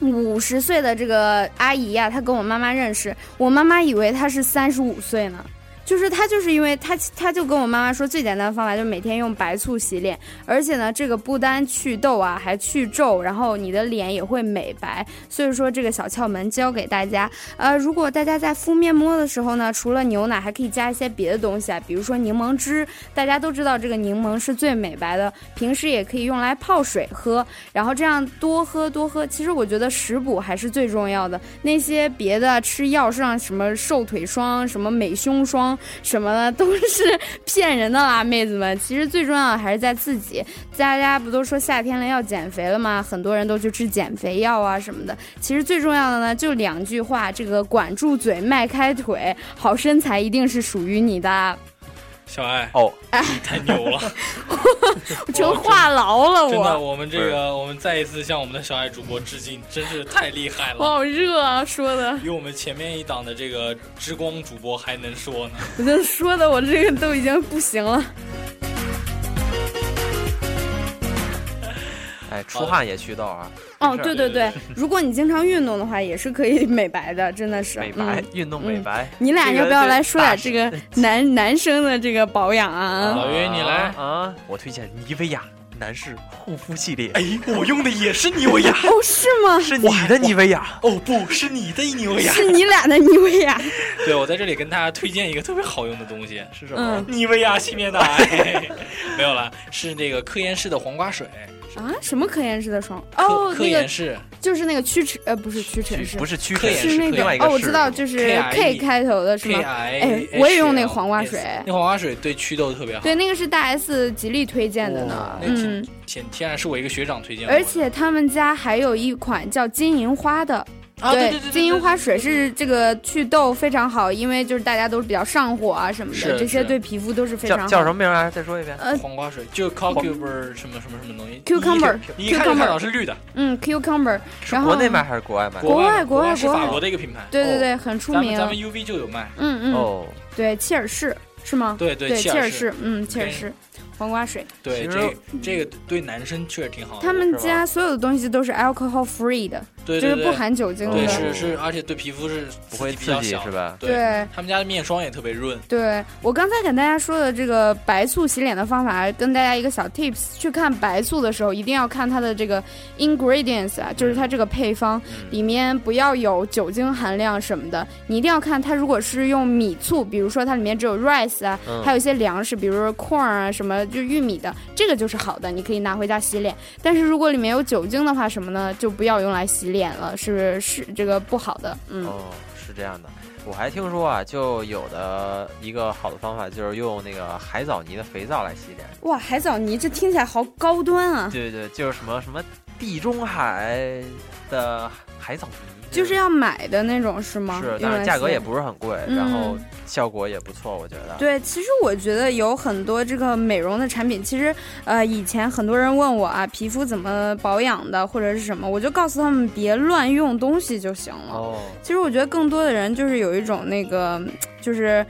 H: 五十岁的这个阿姨呀、啊，她跟我妈妈认识，我妈妈以为她是三十五岁呢。就是她就是因为她，她就跟我妈妈说，最简单的方法就是每天用白醋洗脸，而且呢，这个不单祛痘啊，还去皱，然后你的脸也会美白。所以说这个小窍门教给大家。呃，如果大家在敷面膜的时候呢，除了牛奶，还可以加一些别的东西啊，比如说柠檬汁。大家都知道这个柠檬是最美白的，平时也可以用来泡水喝，然后这样多喝多喝。其实我觉得食补还是最重要的，那些别的吃药，像什么瘦腿霜、什么美胸霜。什么的都是骗人的啦，妹子们！其实最重要的还是在自己。大家不都说夏天了要减肥了吗？很多人都去吃减肥药啊什么的。其实最重要的呢，就两句话：这个管住嘴，迈开腿，好身材一定是属于你的。
E: 小爱
J: 哦，
E: 哎， 太牛 了！
H: 我成话痨了我，我
E: 真的，我们这个，我们再一次向我们的小爱主播致敬，真是太厉害了！
H: 我好热啊，说的
E: 比我们前面一档的这个之光主播还能说呢。
H: 我这说的，我这个都已经不行了。
J: 哎，出汗也祛痘啊！
H: 哦，对对对，如果你经常运动的话，也是可以美白的，真的是
J: 美白、
H: 嗯、
J: 运动美白、
H: 嗯。你俩要不要来说点这个男男生的这个保养 啊？
E: 老岳，你来
J: 啊！我推荐妮维雅男士护肤系列。
E: 哎，我用的也是妮维雅。
H: 哦，是吗？
J: 是你的妮维雅？
E: 哦，不是你的妮维雅，
H: 是你俩的妮维雅。
E: 对，我在这里跟大家推荐一个特别好用的东西，
J: 是什
H: 嗯
J: 么？
E: 妮维雅洗面奶。 没有了，是那个科颜氏的黄瓜水。
H: 啊，什么科颜氏的霜？哦，
E: 科颜氏
H: 就是那个屈臣，呃，不是屈臣氏，
J: 不是屈
E: 臣
H: 氏，是那
J: 个
H: 哦，我知道，就是 K 开头的是吗？哎，我也用那个黄瓜水，
E: 那黄瓜水对祛痘特别好。
H: 对，那个是大 S 极力推荐的呢。
E: 嗯，前天然是我一个学长推荐，
H: 而且他们家还有一款叫金银花的。对，金银花水是这个祛痘非常好，因为就是大家都比较上火啊什么的，这些对皮肤都是非常好。
J: 叫什么名啊来？再说一遍。
H: 呃，
E: 黄瓜水就 cucumber 什么什么什么东西。
H: cucumber，
E: 你看看到是绿的。
H: 嗯，cucumber。
J: 是国内卖还是国外卖？
H: 国
E: 外，
H: 国
E: 外，
H: 国外。
E: 法国的一个品牌。哦
H: 对对对，很出名。
E: 咱们 UV 就有卖。
H: 嗯嗯。
J: 哦。
H: 对，切尔氏是吗？
E: 对
H: 对，
E: 切
H: 尔
E: 氏，
H: 嗯，切尔氏。黄瓜水，
E: 对，这这个对男生确实挺好的。
H: 他们家所有的东西都是 alcohol free 的，
E: 对
H: 就是不含酒精的。
E: 对，是是，而且对皮肤是
J: 不会
E: 比较
J: 小，是吧？
E: 对，他们家的面霜也特别润。
H: 对我刚才给大家说的这个白醋洗脸的方法，跟大家一个小 tips：去看白醋的时候，一定要看它的这个 ingredients 啊，就是它这个配方里面不要有酒精含量什么的。你一定要看它，如果是用米醋，比如说它里面只有 rice 啊，
J: 嗯
H: 还有一些粮食，比如说 corn 啊什么。就玉米的这个就是好的，你可以拿回家洗脸。但是如果里面有酒精的话，什么呢，就不要用来洗脸了，是是这个不好的。嗯，
J: 哦，是这样的。我还听说啊，就有的一个好的方法就是用那个海藻泥的肥皂来洗脸。
H: 哇，海藻泥这听起来好高端啊！
J: 对对，就是什么什么地中海的海藻泥。
H: 就是要买的那种是吗？
J: 是，但是价格也不是很贵，嗯、然后效果也不错，我觉得。
H: 对，其实我觉得有很多这个美容的产品，其实呃，以前很多人问我啊，皮肤怎么保养的或者是什么，我就告诉他们别乱用东西就行了。
J: 哦。
H: 其实我觉得更多的人就是有一种那个就是。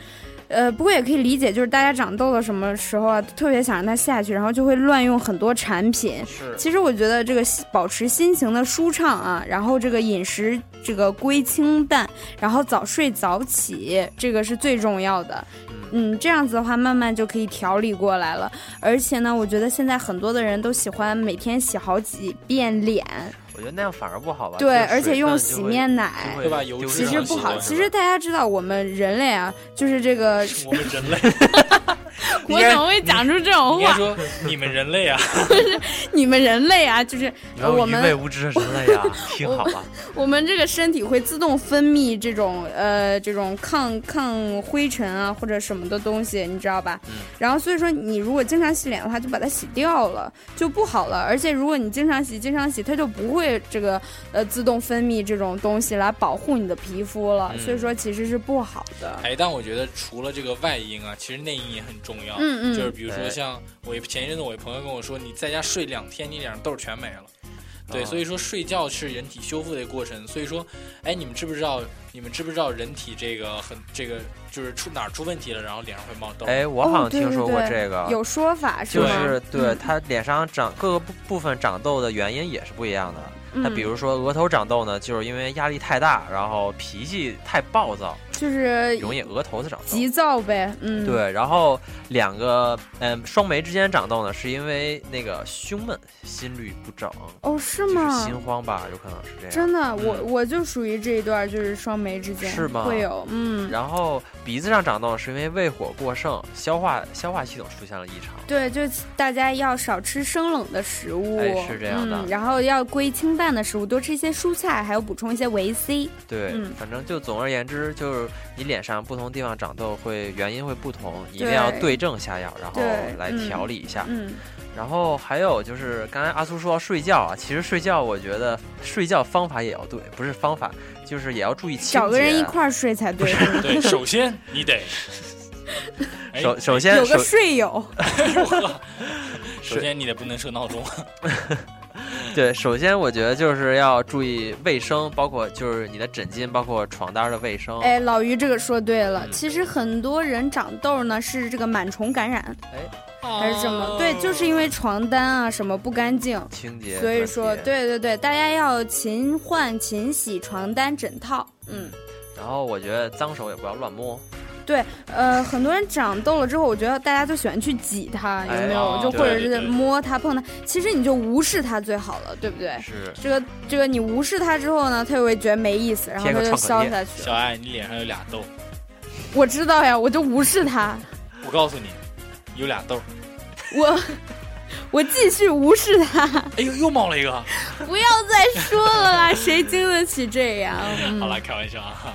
H: 呃，不过也可以理解，就是大家长痘痘什么时候啊，特别想让它下去，然后就会乱用很多产品。
J: 是，
H: 其实我觉得这个保持心情的舒畅啊，然后这个饮食这个归清淡，然后早睡早起，这个是最重要的。嗯，这样子的话，慢慢就可以调理过来了。而且呢，我觉得现在很多的人都喜欢每天洗好几遍脸。
J: 我觉得那样反而不好吧？
H: 对，而且用洗面奶，
J: 对吧？
H: 其啊实不好。其实大家知道，我们人类啊，就是这个
E: 我们人类，
H: 我怎么会讲出这种
E: 应该
H: 话？
E: 说你们人类啊，
H: 你们人类啊，就是
J: 然后
H: 我
J: 愚昧
H: 们
J: 无知的人 类呀，听好了，
H: 我们这个身体会自动分泌这种呃这种抗抗灰尘啊或者什么的东西，你知道吧？
J: 嗯
H: 然后所以说你如果经常洗脸的话，就把它洗掉了，就不好了。而且如果你经常洗经常洗，它就不会这个呃自动分泌这种东西来保护你的皮肤了，
E: 嗯
H: 所以说其实是不好的。
E: 哎，但我觉得除了这个外因啊，其实内因也很重要。
H: 嗯嗯
E: 就是比如说
J: 对
E: 像我前一阵子，我一朋友跟我说，你在家睡两天，你脸上痘全没了。对，
J: 哦
E: 所以说睡觉是人体修复的过程。所以说，哎，你们知不知道？你们知不知道人体这个很这个就是出哪儿出问题了，然后脸上会冒痘？
J: 哎，我
H: 哦
J: 好像听说过这个，
H: 有说法是
J: 啊就
H: 吧？
J: 是对
H: 嗯
J: 他脸上长各个部部分长痘的原因也是不一样的。他
H: 嗯
J: 比如说额头长痘呢，就是因为压力太大，然后脾气太暴躁，
H: 就是
J: 容易额头子长痘。
H: 呃急躁呗，嗯，
J: 对，然后两个嗯、双眉之间长痘呢，是因为那个胸闷、心律不整，
H: 哦，是
J: 就
H: 吗？
J: 是心慌吧，有可能是这样。
H: 真的，
J: 嗯
H: 我我就属于这一段，就是双眉之间
J: 是吗
H: 会有，嗯，
J: 然后鼻子上长痘是因为胃火过盛，消化消化系统出现了异常。
H: 对，就大家要少吃生冷的食物，
J: 哎是这样的
H: 嗯，然后要归清淡的食物，多吃一些蔬菜，还有补充一些维 C。
J: 对，
H: 嗯
J: 反正就总而言之，就是你脸上不同地方长痘会原因会不同，一定
H: 对
J: 要对症下药，然后
H: 对
J: 来
H: 嗯
J: 调理一下。
H: 嗯，
J: 然后还有就是刚才阿苏说到睡觉啊，其实睡觉我觉得睡觉方法也要对，不是方法，就是也要注意清洁。
H: 找个人一块儿睡才对。
E: 对，首先你 得，哎
J: 首首先
H: 有个
J: 首
H: 睡友，
E: 首先你得不能设闹钟。
J: 对，首先我觉得就是要注意卫生，包括就是你的枕巾，包括床单的卫生。
H: 哎，老于这个说对
J: 嗯
H: 了。其实很多人长痘呢是这个螨虫感染， 还是什
J: 哦
H: 么？对，就是因为床单啊什么不干净，
J: 清洁问题，
H: 所以说，对对对，大家要勤换勤洗床单枕套。嗯，
J: 然后我觉得脏手也不要乱摸，
H: 对，呃，很多人长痘了之后，我觉得大家就喜欢去挤它，有
J: 哎
H: 没有？
J: 啊
H: 就或者
J: 对
H: 是
J: 对对
H: 摸它、碰它，其实你就无视它最好了，对不对？
J: 是
H: 这个这个，你无视它之后呢，它就会觉得没意思，然后
J: 贴
H: 它
J: 个
H: 就
J: 创可贴
H: 消下去了。
E: 小爱，你脸上有俩痘，
H: 我知道呀，我就无视 它，
E: 我告诉你，有俩痘。
H: 我 我继续无视 它，
E: 哎呦，又冒了一个。
H: 不要再说了 啦，谁经得起这样？嗯、
E: 好了，开玩笑啊。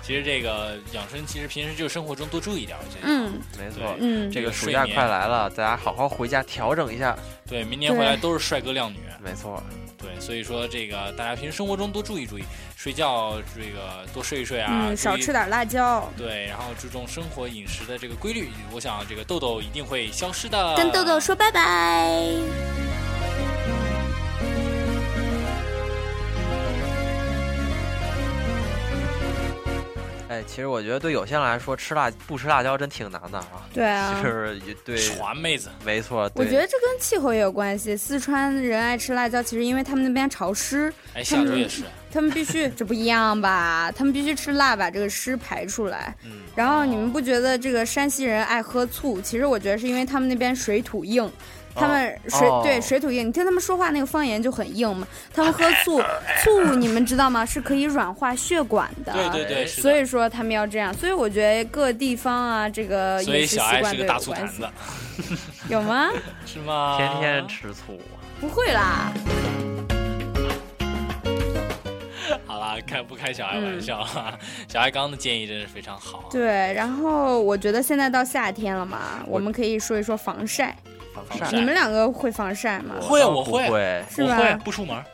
E: 其实这个养生，其实平时就生活中多注意点，我觉得。
H: 嗯，
J: 没
E: 对
J: 错。
H: 嗯
J: 这个暑
E: 睡
J: 假
E: 眠
J: 快来了，大家好好回家调整一下。
E: 对，明年回
H: 对
E: 来都是帅哥靓女。
J: 没错，
E: 对，所以说这个大家平时生活中多注意注意，睡觉这个多睡一睡啊，
H: 嗯，少
E: 注意
H: 吃。点辣椒。
E: 对，然后注重生活饮食的这个规律，我想这个痘痘一定会消失的。
H: 跟豆豆说拜拜。
J: 哎，其实我觉得对有些人来说，吃辣不吃辣椒真挺难的啊。
H: 对啊
J: 就是也对，
E: 传妹子，
J: 没错。
H: 我
J: 对
H: 觉得这跟气候也有关系。四川人爱吃辣椒，其实因为他们那边潮湿，
E: 哎，
H: 他
E: 下周
H: 们
E: 也是。
H: 他们必 须这不一样吧？他们必须吃辣把这个湿排出来。
E: 嗯
H: 然后你们不觉得这个山西人爱喝醋？其实我觉得是因为他们那边水土硬。
E: 哦
H: 他们水、
J: 哦
H: 对水土硬，你听他们说话那个方言就很硬嘛。他们喝醋， 醋你们知道吗？是可以软化血管的。
E: 对对对，是的
H: 呃所以说他们要这样，所以我觉得各地方啊，这个
E: 所以
H: 饮食习
E: 小爱
H: 惯
E: 是
H: 都
E: 个大
H: 有
E: 醋
H: 关
E: 坛
H: 系
E: 子，，
H: 有吗？
E: 是吗？
J: 天天吃醋，
H: 不会啦。
E: 好啦，开不开小爱玩笑啊？小爱刚刚的建议真是非常好。
H: 嗯
E: 啊
H: 对，然后我觉得现在到夏天了嘛，我们可以说一说防晒。
J: 防
E: 晒
H: 你们两个会防晒吗？
E: 会啊，我
J: 不
E: 会，
J: 会。
H: 是
E: 我
H: 吧
E: 会不出门儿，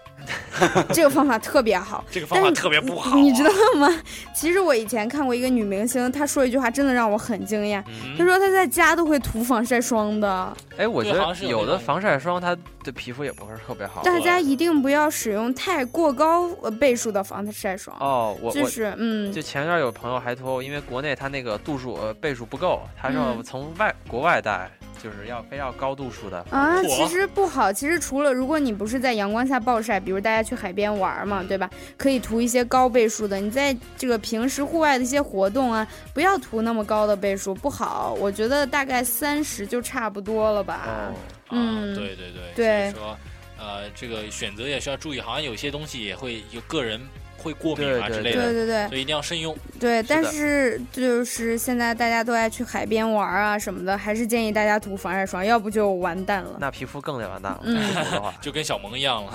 H: 这个方法特别好，
E: 这个
H: 但
E: 方法
H: 是
E: 特别不好啊。
H: 你你知道吗？ 其实我以前看过一个女明星，她说一句话真的让我很惊讶。
E: 嗯
H: 她说她在家都会涂防晒霜
E: 哦
H: 的，
J: 哎，我觉
E: 对好像
J: 得
E: 是有
J: 有
E: 那
J: 的
E: 种
J: 防晒霜它对皮肤也不是特别好。
H: 大家一定不要使用太过高呃倍数的防晒霜。
J: 哦，我
H: 就
J: 我
H: 是嗯，
J: 就前一段有朋友还托，因为国内他那个度数呃倍数不够，他
H: 嗯
J: 说从外、国外带，就是要非要高度数的。
H: 啊，
E: 火
H: 其实不好。其实除了如果你不是在阳光下暴晒，比如大家去海边玩嘛，对吧？可以涂一些高倍数的。你在这个平时户外的一些活动啊，不要涂那么高的倍数，不好。我觉得大概三十就差不多了吧
J: 哦。，
H: 嗯
E: 啊，对对对，
H: 对
E: 所以说，呃，这个选择也需要注意，好像有些东西也会有个人会过敏啊之类的，
H: 对对对
E: 所以一定要慎用。
H: 对，但
E: 的
H: 是就是现在大家都爱去海边玩啊什么的，还是建议大家涂防晒霜，要不就完蛋了。
J: 那皮肤更得完蛋了。
H: 嗯
J: 不涂的话
E: 就跟小萌一样了。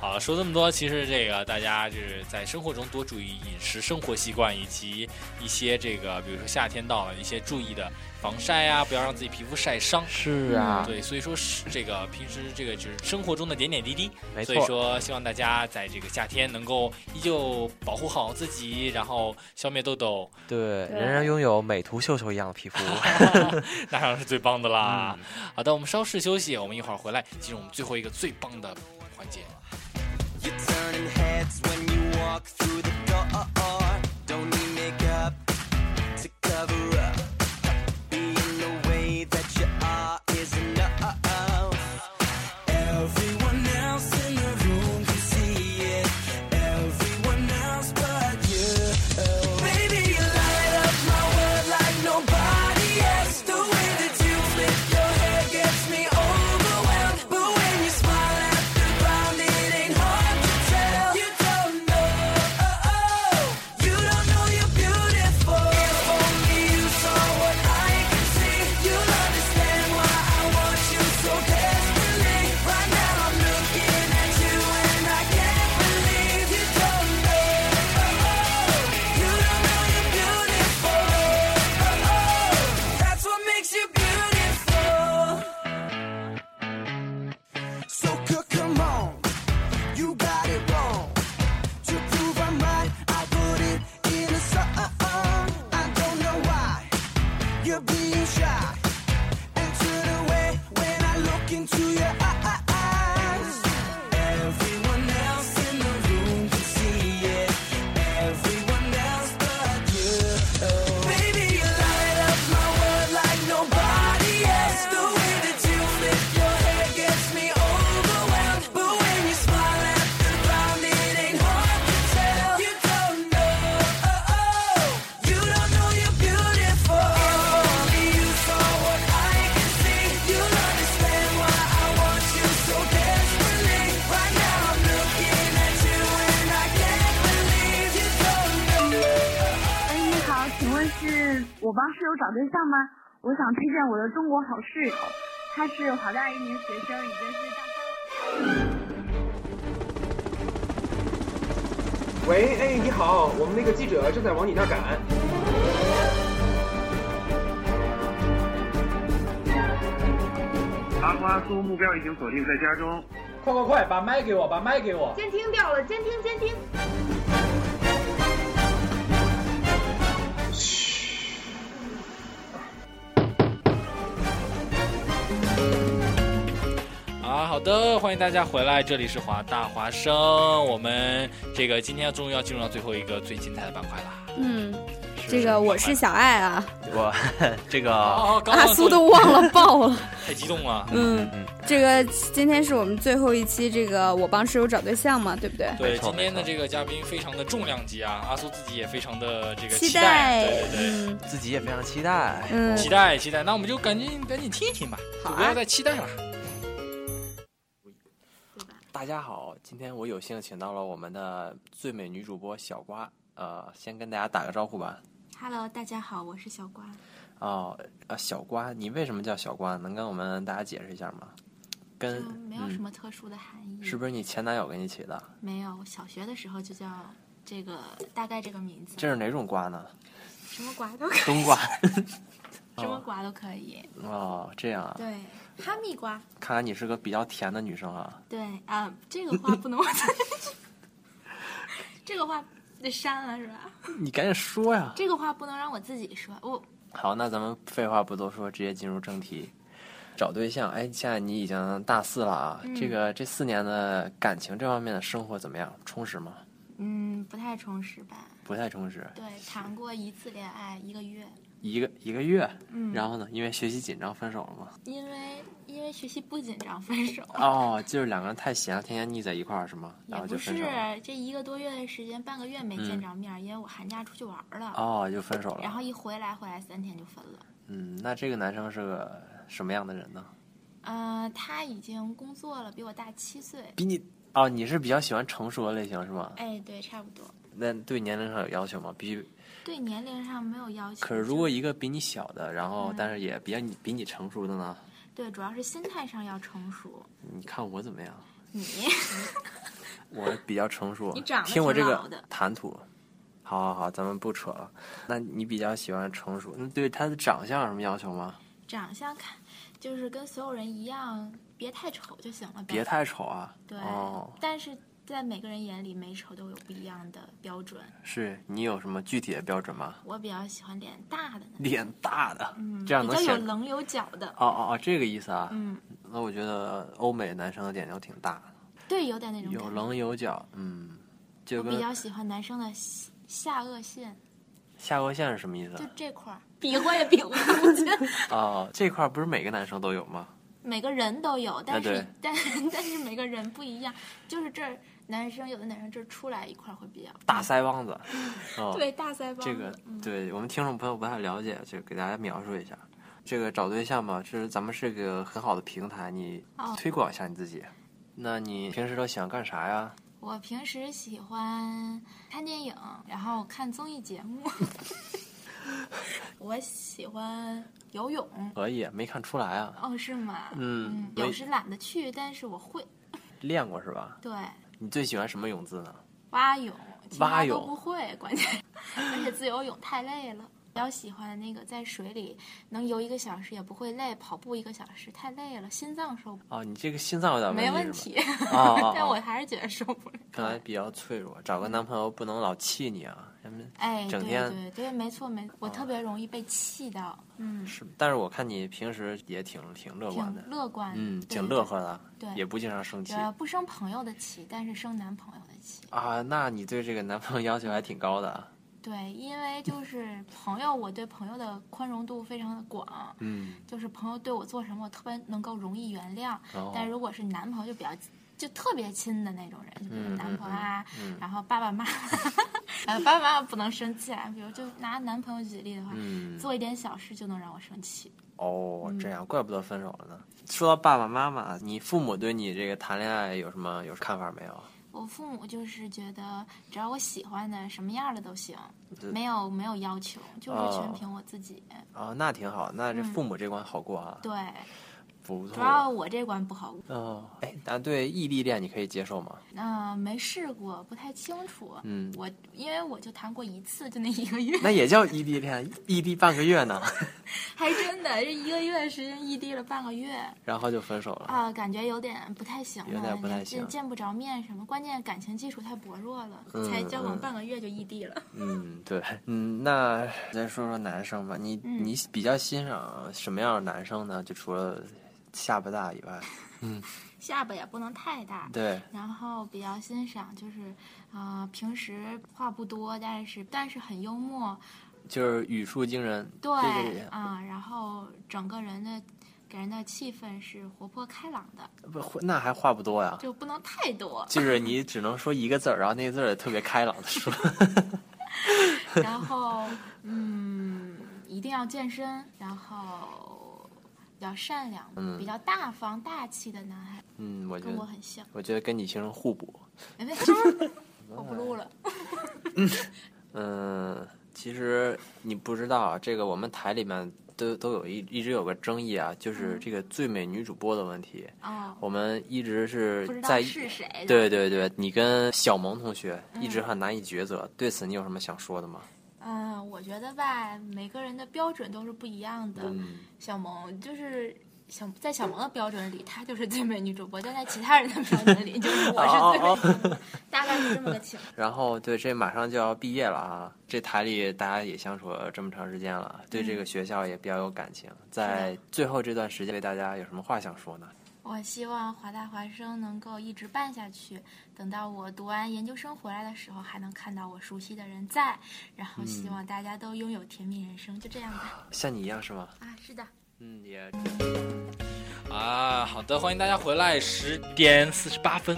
E: 好，说这么多，其实这个大家就是在生活中多注意饮食生活习惯，以及一些这个，比如说夏天到了，一些注意的防晒啊，不要让自己皮肤晒伤。
J: 是啊
E: 对，所以说是这个平时这个就是生活中的点点滴滴。
J: 没
E: 所
J: 错
E: 以说希望大家在这个夏天能够依旧保护好自己，然后消灭痘痘，
J: 对，
E: 对
J: 人人拥有美图秀秀一样的皮 肤。
E: 那当然是最棒的啦。好的，我们稍事休息，我们一会儿回来进入我们最后一个最棒的环节。
F: You're turning heads when you walk through the door. Don't need makeup to cover up. Being the way that you are is enough. Everyone else in the room can see it. Everyone else but you. Baby, you light up my world like nobody else. The way that you flip your hair gets me overwhelmed. But when you smile at the ground, it ain't hard to tell. You don't know, you don't know you're beautiful. If only you saw what I can see, you'll understand why I want you so desperately. Right now I'm looking at you and I can't believe you don't know, you don't know you're beautiful. That's what makes you beautiful. So cook, come on, you got it wrong. To prove I'm right, I put it in a song. I don't know why you're being shy. And turn away when I look into your eyes. Everyone else in the room can see it. Everyone else but you. Baby, you light up my world like nobody else. The way that you flip your hair gets me overwhelmed. But when you smile at the ground, it ain't hard to tell. You don't know, you don't know you're beautiful. If only you saw what I can see, you'll understand why I want you so desperately. Right now I'm looking at you and I can't believe you don't know.
L: 哎，你好，请问是我帮室友找对象吗？我想推荐我的中国好室友，他是华大一名学生，已经是大
M: 喂，哎，你好，我们那个记者正在往你那儿赶。
N: 阿瓜苏目标已经锁定在家中。
M: 快快快，把麦给我，把麦给我。
L: 监听掉了，监听监听。
E: 啊，好的，欢迎大家回来，这里是华大华生，我们这个今天终于要进入到最后一个最精彩的板块了。
H: 嗯，这个我是小爱啊，
J: 我 这个
E: 哦刚
H: 阿
E: 刚
H: 苏都忘了报了。
E: 太激动了。
H: 嗯，这个今天是我们最后一期，这个我帮室友找对象嘛，对不对？
E: 对，今天的这个嘉宾非常的重量级啊，阿苏自己也非常的这个
H: 期
E: 期
H: 待
E: 对对对，
H: 嗯
J: 自己也非常期待。
H: 嗯
E: 期待期待。那我们就赶紧赶紧听一听吧，就
H: 啊
E: 不要再期待了。
J: 大家好，今天我有幸请到了我们的最美女主播小瓜，呃，先跟大家打个招呼吧。
G: Hello，大家好，我是小瓜。
J: 哦，呃，小瓜，你为什么叫小瓜？能跟我们大家解释一下吗？跟
G: 就没有什么
J: 嗯，
G: 特殊的含义。
J: 是不是你前男友给你起的？
G: 没有，我小学的时候就叫这个，大概这个名字。
J: 这是哪种瓜 呢？
G: 什么瓜都可以。。
J: 冬瓜
H: 哦
G: 什么瓜都可以。
J: 哦，这样啊。
G: 对，哈密瓜。
J: 看来你是个比较甜的女生啊。
G: 对啊、这个话不能我再。 这个话得删了是吧？
J: 你赶紧说呀。
G: 这个话不能让我自己说，我
J: 好，那咱们废话不多说，直接进入正题。找对象，哎，现在你已经大四了啊，
G: 嗯
J: 这个这四年的感情这方面的生活怎么样？充实吗？
G: 嗯不太充实吧。
J: 不太充实，
G: 对，谈过一次恋爱，一个月。
J: 一个一个月，
G: 嗯
J: 然后呢，因为学习紧张分手了吗？
G: 因为因为学习不紧张分手，
J: 哦，就是两个人太闲了，天天腻在一块儿是吗？然
G: 也
J: 后就
G: 不
J: 分
G: 是啊
J: 手了。
G: 这一个多月的时间，半个月没见着面儿，因为我寒假出去玩儿了。
J: 哦，就分手
G: 然
J: 了。
G: 后一回来，回来三天就分了。
J: 嗯，那这个男生是个什么样的人呢？
G: 呃，他已经工作了，比我大七岁。
J: 比你哦，你是比较喜欢成熟的类型是吗？
G: 哎，对，差不多。
J: 那对年龄上有要求吗？必须。
G: 对年龄上没有要求。
J: 可是如果一个比你小的，然后
G: 嗯
J: 但是也比较你比你成熟的呢？
G: 对，主要是心态上要成熟。
J: 你看我怎么样？
G: 你
J: 我比较成熟
G: 你长，得
J: 听我这
G: 挺
J: 个
G: 老的
J: 谈吐。好好好，咱们不扯了。那你比较喜欢成熟？那对他的长相有什么要求吗？
G: 嗯长相看就是跟所有人一样，别太丑就行了呗。
J: 别太丑啊！
G: 对，
J: 哦，
G: 但是在每个人眼里，美丑都有不一样的标准。
J: 是你有什么具体的标准吗？
G: 我比较喜欢脸大的那种，
J: 脸大的，
G: 嗯，
J: 这样
G: 比
J: 能
G: 较有
J: 显
G: 棱有角的。
J: 哦哦哦，这个意思啊。
G: 嗯，
J: 那我觉得欧美男生的脸都挺大的，
G: 对，有点那种
J: 有
G: 感觉。
J: 棱有角，嗯，就
G: 我比
J: 跟
G: 较喜欢男生的下下颚线，
J: 下颚线是什么意思
G: 就这 块儿，比划也比划不进。
J: 啊？哦，这块儿不是每个男生都有吗？
G: 每个人都有，但是、
J: 哎对
G: 但但是每个人不一样，就是这儿男生有的男生这儿出来一块儿会比较
J: 大腮 帮子，哦，
G: 对大腮帮子
J: 这个
G: 嗯
J: 对我们听众朋友不太了解，就给大家描述一下。这个找对象嘛，是咱们是个很好的平台，你
G: 哦
J: 推广一下你自己。那你平时都喜欢干啥呀？
G: 我平时喜欢看电影，然后看综艺节目。 我喜欢游泳。
J: 可以，没看出来啊。
G: 哦，是吗？
J: 嗯
G: 有
J: 没
G: 时懒得去，但是我会。
J: 练过是吧？
G: 对，
J: 你最喜欢什么泳姿呢？
G: 蛙泳，其他
J: 蛙
G: 都
J: 泳
G: 不会，关键而且自由泳太累了。比较喜欢那个在水里能游一个小时也不会累，跑步一个小时太累了，心脏受不
J: 哦，你这个心脏有点
G: 没问
J: 问
G: 题
J: 题是吧。哦 哦
G: 但我
J: 哦，
G: 还是觉得受不了。
J: 看来比较脆弱，找个男朋友不能老气你啊，要不然
G: 哎，对
J: 整天。哦
G: 对对，没错没错，我特别容易被气到，嗯，
J: 是，但是我看你平时也挺挺乐观的，
G: 挺乐观的
J: 嗯，
G: 对
J: 挺乐呵的，
G: 对
J: 也不经常生气
G: 呃，不生朋友的气，但是生男朋友的气。
J: 啊。那你对这个男朋友要求还挺高的啊，
G: 对，因
J: 嗯
G: 为就是朋友，我对朋友的宽容度非常的广，
J: 嗯，
G: 就是朋友对我做什么，我特别能够容易原谅。
J: 哦
G: 但如果是男朋友，就比较就特别亲的那种人，就比如
O: 嗯
G: 男朋友啊，
O: 嗯嗯
G: 然后爸爸妈妈， 呃，爸爸妈妈不能生气啊。比如就拿男朋友举例的话，
J: 嗯
G: 做一点小事就能让我生气。
J: 哦，
G: 嗯
J: 这样，怪不得分手了呢。说到爸爸妈妈，你父母对你这个谈恋爱有什么有看法没有？
G: 我父母就是觉得，只要我喜欢的什么样的都行，
J: 这
G: 没有没有要求，就是
J: 哦
G: 全凭我自己。
J: 哦，那挺好，那这
G: 嗯
J: 父母这关好过啊，
G: 对，
J: 不
G: 主
J: 错。
G: 要我这关不好过。
J: 哦，哎，那对异地恋你可以接受吗？
G: 嗯、没试过，不太清楚。
J: 嗯
G: 我因为我就谈过一次，就那一个月，
J: 那也叫异地恋，异地半个月呢，
G: 还真的这一个月时间异地了半个月
J: 然后就分手了。
G: 啊、感觉有点不太行了，
J: 有点不太
G: 也
J: 行
G: 见见不着面什么，关键感情基础太薄弱了，
J: 嗯
G: 才交往
J: 嗯
G: 半个月就异 地了。
J: 嗯，对，嗯，那再说说男生吧，你、
G: 嗯
J: 你比较欣赏什么样的男生呢？就除了下巴大以外，嗯，
G: 下巴也不能太大，
J: 对
G: 然后比较欣赏就是，呃，平时话不多，但是但是很幽默，
J: 就是语出惊人，
G: 对
J: 这个也
G: 啊、然后整个人的给人的气氛是活泼开朗的，
J: 不，那还话不多呀，
G: 就不能太多。
J: 就是你只能说一个字儿，然后那个字儿也特别开朗的说，
G: 然后，嗯，一定要健身，然后比较善良、
J: 嗯
G: 比较大方、大气的男孩，
J: 嗯，我觉
G: 跟
J: 得
G: 我很像。
J: 我觉得跟你形成互补，
G: 哎，没我不录了。
J: 嗯，其实你不知道啊，这个我们台里面都都有一一直有个争议啊，
G: 嗯
J: 就是这个最美女主播的问题。
G: 哦
J: 我们一直是
G: 不知道
J: 在
G: 是谁的
J: 对对对，你跟小萌同学一直
G: 嗯
J: 很难以抉择，对此你有什么想说的吗？
G: 嗯，我觉得吧，每个人的标准都是不一样的。
J: 嗯
G: 小萌就是小，在小萌的标准里，她就是最美女主播；但在其他人的标准里，就是我是最美女主播。大概是这么个情况。
J: 然后对，这马上就要毕业了啊，这台里大家也相处了这么长时间了，对这
G: 嗯
J: 个学校也比较有感情。在最后这段时间，对大家有什么话想说呢？
G: 我希望华大华生能够一直办下去，等到我读完研究生回来的时候，还能看到我熟悉的人在，然后希
J: 嗯
G: 望大家都拥有甜蜜人生，就这样吧。
J: 像你一样是吗？
G: 啊，是的，
J: 嗯，也。
E: 啊，好的，欢迎大家回来，十点四十八分，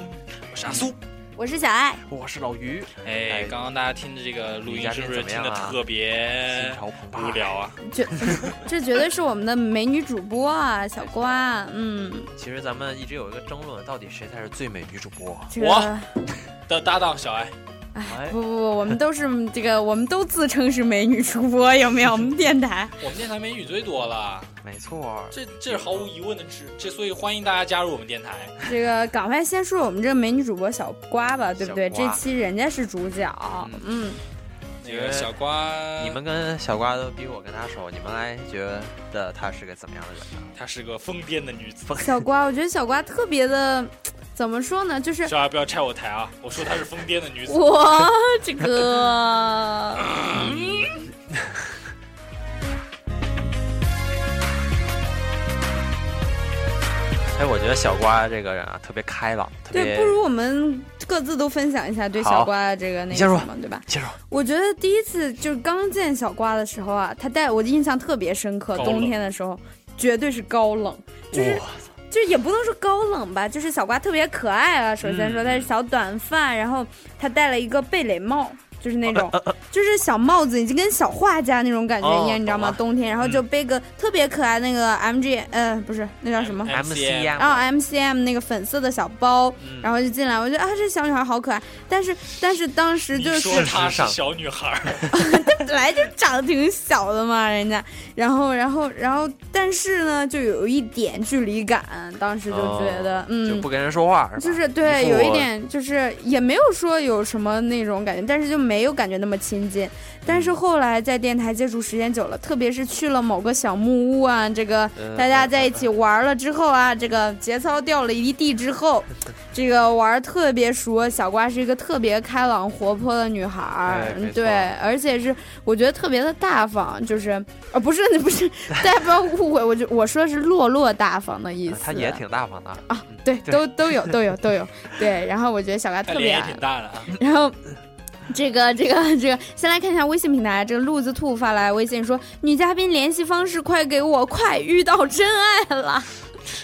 E: 我是阿苏，
H: 我是小爱，
J: 我是老于。
E: 哎，刚刚大家听的这个录
J: 女
E: 音
J: 嘉
E: 是
J: 宾
E: 不是
J: 怎么
E: 听
J: 样
E: 的
J: 啊
E: 特别无聊啊？
H: 绝这绝对是我们的美女主播啊，小瓜，嗯，
J: 其实咱们一直有一个争论，到底谁才是最美女主播？
H: 这个
E: 我的搭档小爱，
J: 哎
H: 不不不，我们都是这个，我们都自称是美女主播，有没有？我们电台
E: 我们电台美女最多了，
J: 没错，
E: 这这是毫无疑问的之，这所以欢迎大家加入我们电台。
H: 这个赶快先说我们这个美女主播小瓜吧，对不对？
J: 小
H: 这
J: 瓜
H: 期人家是主角，嗯，
E: 那个小瓜，
J: 你们跟小瓜都比我跟他熟，你们来觉得她是个怎么样的人呢？
E: 她是个疯癫的女子。
H: 小瓜，我觉得小瓜特别的，怎么说呢？就是
E: 小爱不要拆我台啊！我说她是疯癫的女子。
H: 我这 个，
J: 嗯哎，我觉得小瓜这个人啊，特别开朗，特
H: 对，
J: 别
H: 不如我们各自都分享一下对
J: 好
H: 小瓜的这个那
J: 你
H: 个
J: 先
H: 什
J: 说
H: 么，对吧？
J: 接着
H: 我觉得第一次就是刚见小瓜的时候啊，他带我的印象特别深刻。
J: 高冷
H: 冬天的时候，绝对是高冷，就是就也不能说高冷吧，就是小瓜特别可爱啊。首先说他是小短发，然后他戴了一个贝雷帽。就是那种，就是小帽子，已经跟小画家那种感觉一
J: 哦
H: 样，你知道吗？冬天，然后就背个特别可爱那个 MG，呃，不是那叫什么
J: MCM
H: 然后 MCM 那个粉色的小包，然后就进来，我觉得啊，这小女孩好可爱。但是，但是当时就
E: 你
H: 是
E: 说她是小女孩儿，
H: 本来就长得挺小的嘛，人家，然后，然后，然后，但是呢，就有一点距离感，当时就觉得，
J: 哦
H: 嗯，
J: 就不跟人说啊话是吧？
H: 就是
J: 一
H: 对，
J: 副
H: 有一点就是也没有说有什么那种感觉，但是就没有感觉那么亲近。但
J: 嗯
H: 是后来在电台接触时间久了，特别是去了某个小木屋啊，这个
J: 嗯
H: 大家在 一起玩了之后啊，这个节操掉了一地之 后，这个玩儿特别熟。小瓜是一个特别开朗活泼的女孩
J: 哎
H: 儿，
J: 没错
H: 对，而且是我觉得特别的大方，就是呃不是 不是，大家不要误会，我就我说的是落落大方的 意思。
J: 啊他也挺大方 的，
H: 对，都都有都有都 有。对，然后我觉得小瓜
E: 她
H: 特别
E: 脸也
H: 爱
E: 挺。大的啊。
H: 然后。这个这个这个，先来看一下微信平台，啊这个路子兔发来微信说，女嘉宾联系方式快给我，快遇到真爱了。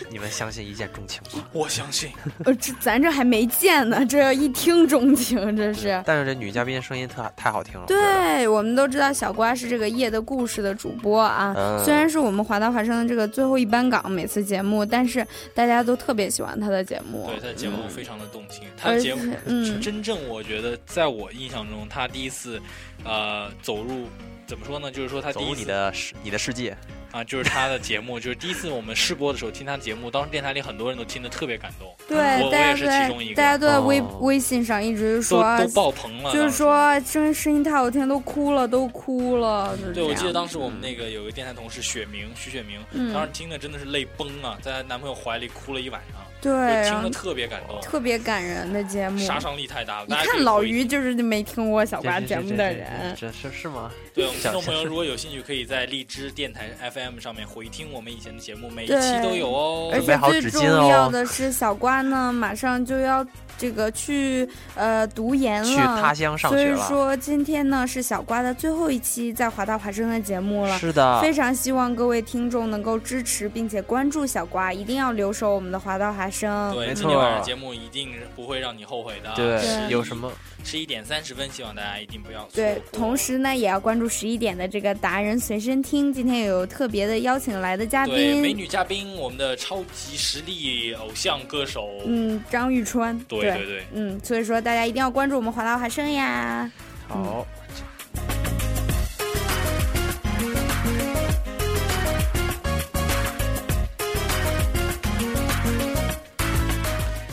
J: 你们相信一见钟情吗？
E: 我相信。
H: 呃，这咱这还没见呢，这要一听钟情，这是。
J: 但是这女嘉宾声音特太好听了，
H: 对，我们都知道小瓜是这个夜的故事的主播啊。
J: 嗯
H: 虽然是我们华大华生的这个最后一班岗每次节目，但是大家都特别喜欢他的节目。
E: 对，她的节目非常的动听。她
H: 而
E: 的
H: 且
E: 节目，
H: 嗯
E: 真正我觉得，在我印象中，她第一次，呃，走入怎么说呢？就是说她
J: 走
E: 第一
J: 入
E: 次
J: 你的世你的世界，
E: 啊，就是她的节目，就是第一次我们试播的时候听她节目，当时电台里很多人都听得特别感动。
H: 对
E: 嗯我，我
H: 大家
E: 也
H: 都
E: 是其
H: 在
E: 中一个。
H: 大家都在微、
E: 哦
H: 微信上一直
E: 都
H: 说，
E: 都爆棚了，
H: 就
E: 当
H: 是
E: 时
H: 说声声音太好听，都哭了，都哭了。就是
E: 对，我记
H: 这
E: 得
H: 样
E: 当时我们那个有一个电台同事雪明，徐雪明，
H: 嗯
E: 当时听的真的是泪崩啊，在她男朋友怀里哭了一晚上，
H: 对
E: 就听
H: 然后
E: 得特别感动，
H: 特别感人的节目，
E: 杀伤力太大了。
H: 一
E: 大家可
H: 看
E: 以
H: 老
E: 回
H: 于就是没听过小瓜节目的人。
J: 这是是吗？
E: 对我们听
J: 想
E: 众朋友，
J: 想
E: 如果有兴趣，可以在荔枝电台 FM 上面回听我们以前的节目，每一期
H: 对，
E: 都有哦。
H: 而且最重
J: 哦
H: 要的是，小瓜呢马上就要这个去呃读研了，
J: 去他乡上学了
H: 所以说今天呢是小瓜的最后一期在华大华生的节目了。
J: 是
E: 啊
J: 的
H: 非常希望各位听众能够支持并且关注小瓜，一定要留守我们的华大华生。
E: 对，今天晚上节目一定是不会让你后悔的。啊
J: 对
H: 对
J: 有什么
E: 十一点三十分，希望大家一定不要错
H: 对，
E: 过
H: 同时呢，也要关注十一点的这个达人随身听。今天也有特别的邀请来的嘉
E: 对美
H: 宾，
E: 女嘉宾，我们的超级实力偶像歌手，
H: 嗯，张玉川。
E: 对
H: 对
E: 对对
H: 嗯，所以说大家一定要关注我们华大华生呀。
J: 好。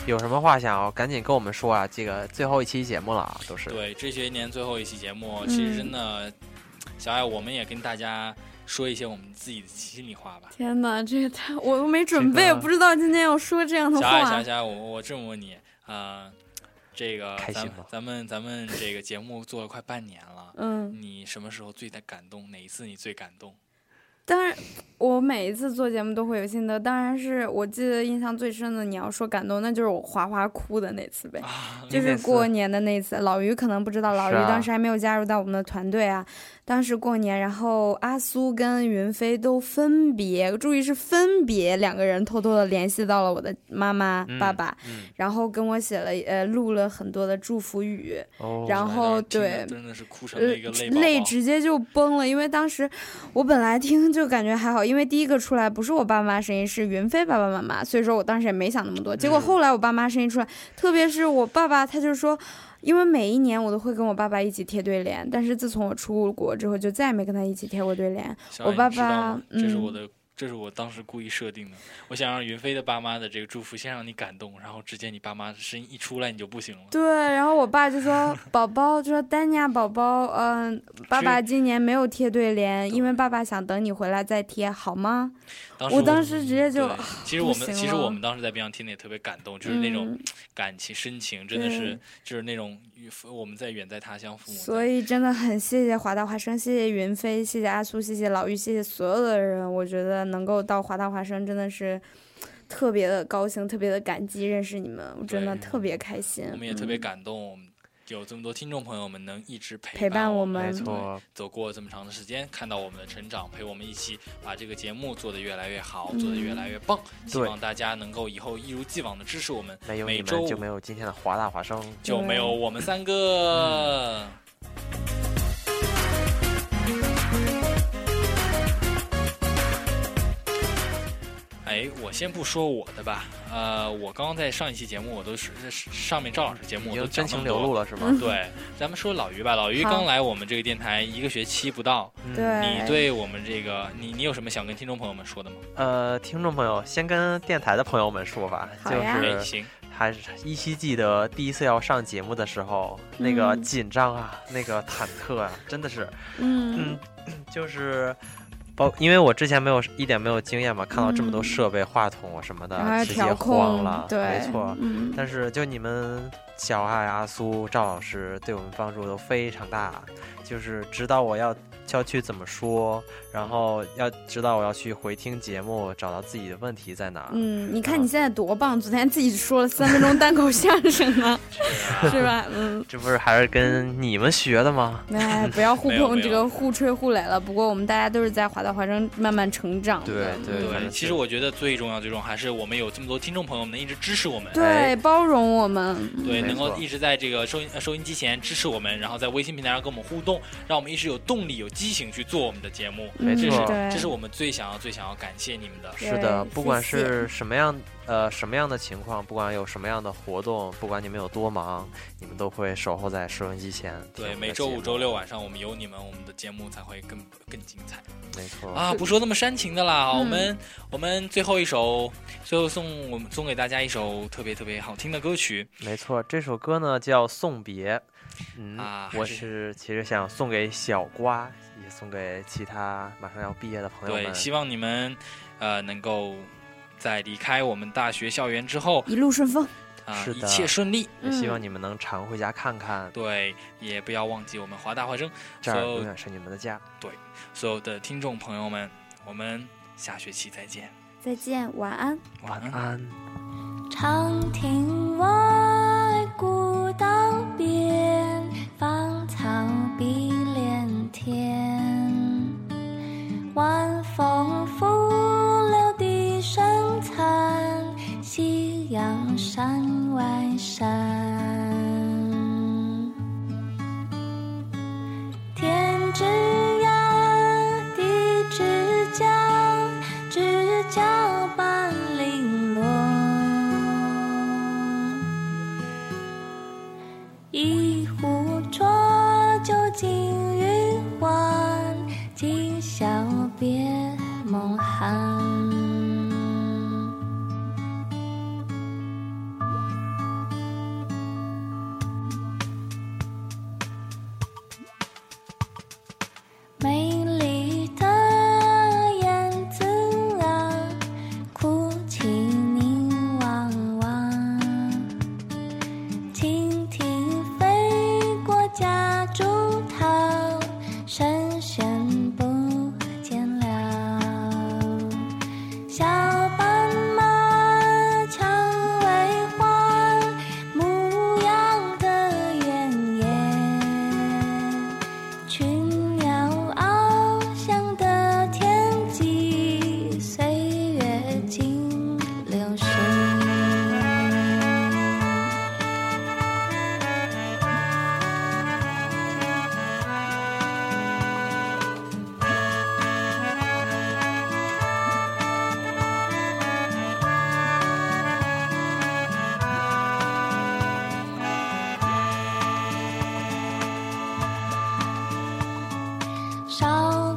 J: 有什么话想要赶紧跟我们说啊！这个最后一期节目了啊，都是
E: 对，这学年最后一期节目，
H: 嗯
E: 其实真的，小爱，我们也跟大家说一些我们自己的心里话吧。
H: 天哪，这个太我都没准备，
E: 这个
H: 我不知道今天要说这样的
E: 小爱，小
H: 话啊
E: 爱，。小爱，我我这么问你啊、呃这个
J: 开
E: 咱
J: 心
E: 们咱们咱们这个节目做了快半年了，
H: 嗯
E: 你什么时候最的感动？哪一次你最感动？
H: 当然，我每一次做节目都会有心得。当然是我记得印象最深的，你要说感动，那就是我哗哗哭的那次呗，就是过年的那次。老于可能不知道，老于
O: 是啊
H: 当时还没有加入到我们的团队啊。当时过年，然后阿苏跟云飞都分别，注意是分别两个人偷偷的联系到了我的妈妈、
O: 嗯
H: 爸爸，然后跟我写了呃录了很多的祝福语，
O: 哦
H: 然后
E: 听
H: 对
E: 着真的是哭成
H: 呃
E: 了一个泪，宝
H: 泪
E: 宝
H: 直接就崩了，因为当时我本来听就感觉还好，因为第一个出来不是我爸妈声音，是云飞爸爸妈妈，所以说我当时也没想那么多。结
E: 嗯
H: 果后来我爸妈声音出来，特别是我爸爸，他就说。因为每一年我都会跟我爸爸一起贴对联，但是自从我出国之后，就再也没跟他一起贴过对联。
E: 小
H: 我
E: 爱
H: 爸
E: 你知道
H: 爸
E: 吗，这是我
H: 嗯，
E: 的，这是我当时故意设定的。我想让云飞的爸妈的这个祝福先让你感动，然后直接你爸妈的声音一出来你就不行了。
H: 对，然后我爸 就说：“宝宝，就说丹尼亚宝宝，嗯、爸爸今年没有贴对联，因为爸爸想等你回来再贴，好吗？”
E: 当时
H: 我
E: 我
H: 当时直接就啊
E: 对，其实我们其实我。
H: 啊不行了
E: 们当时在边上听的也特别感动，就是那种
H: 嗯
E: 感情深情，真的是
H: 对
E: 就是那种与我们在远在他乡，父母
H: 所以真的很谢谢华大华生，谢谢云飞，谢谢阿苏，谢谢老玉，谢谢所有的人。我觉得能够到华大华生真的是特别的高兴，特别的感激认识你们，我真的特别开心。
E: 我们也特别
H: 嗯
E: 感动，有这么多听众朋友们能一直陪
H: 陪伴
E: 我
H: 我们没
E: 对
H: 错
E: 走过这么长的时间，看到我们的成长，陪我们一起把这个节目做得越来越好，做得越来越棒。
J: 嗯
E: 希
J: 对
E: 望大家能够以后一如既往的支持我们，
J: 没有
E: 每
J: 你
E: 周
J: 们
E: 五
J: 就没有今天的华大华生，
E: 就没有我们三个。哎，我先不说我的吧，呃，我刚刚在上一期节目，我都是上面赵老师节目，我都
J: 真
E: 讲那
J: 情
E: 么
J: 流
E: 多
J: 露了是
H: 嗯
J: 吗
E: 对，咱们说老于吧，老于
J: 好
E: 刚来我们这个电台一个学期不到，
J: 嗯
H: 对
E: 你对我们这个，你你有什么想跟听众朋友们说的吗？
J: 呃，听众朋友，先跟电台的朋友们说吧，
E: 好
J: 就
E: 呀哎
J: 是
E: 行
J: 还是依稀记得第一次要上节目的时候，那个
E: 嗯
J: 紧张啊，那个忐忑啊，真的是，
H: 嗯
J: 就是。包，因为我之前没有一点没有经验嘛，看到这么多设备、话筒啊什么的
H: 还，有
J: 直接
H: 嗯调控
J: 慌了，
H: 对
J: 没错。
E: 啊
H: 嗯
J: 但是就你们小爱、阿苏、赵老师对我们帮助都非常大，就是指导我要要去怎么说，然后要指导我要去回听节目，找到自己的问题在哪儿。
H: 嗯，
E: 啊
H: 你看你现在多棒！昨天自己说了三分钟单口相声呢，是吧？嗯，
J: 这不是还是跟你们学的吗？
H: 哎，不要互
J: 没有没
H: 碰
J: 有
H: 这个互吹互擂了。不过我们大家都是在华大华生慢慢成长的。
J: 对对反正
E: 嗯其实我觉得最重要最重要还是我们有这么多听众朋友们一直支持我们，
H: 对，包容我们。
E: 对，能够
H: 错
E: 一直在这个收音呃收音机前支持我们，然后在微信平台上跟我们互动，让我们一直有动力、有激情去做我们的节目。
J: 没
E: 这
J: 错
E: 是
J: 对
E: 这是我们最想要、最想要感谢你们的。
J: 是的，不管是什么样呃什么样的情况，不管有什么样的活动，不管你们有多忙，你们都会守候在收音机前。
E: 对，每周五、周六晚上我们有你们，我们的节目才会更更精彩
J: 没错
E: 啊！不说那么煽情的啦，
J: 嗯
E: 我们我们最后一首，最后送我们送给大家一首特别特别好听的歌曲。
J: 没错，这首歌呢叫《送别》，嗯，
E: 啊
J: 我
E: 还
J: 是其实想送给小瓜，也送给其他马上要毕业的朋友
E: 对，
J: 们。
E: 希望你们呃能够在离开我们大学校园之后
H: 一路顺风
E: 啊，
J: 是
E: 一
J: 的
E: 切顺利。
J: 也希望你们能常回家看看，
E: 对，也不要忘记我们华大华生，
J: 这儿
E: 所有
J: 永远是你们的家。
E: 对，所有的听众朋友们，我们下学期再见，
H: 再见，晚安。
E: 晚安。
O: 长亭外，古道边，芳草碧连天。晚风拂柳笛声残，夕阳山外山。天之涯，地之角，知交半零落。一壶浊酒今云晚，今宵别梦寒。美丽的燕子啊，哭泣凝望望。蜻蜓飞过夹竹桃，深深不见了。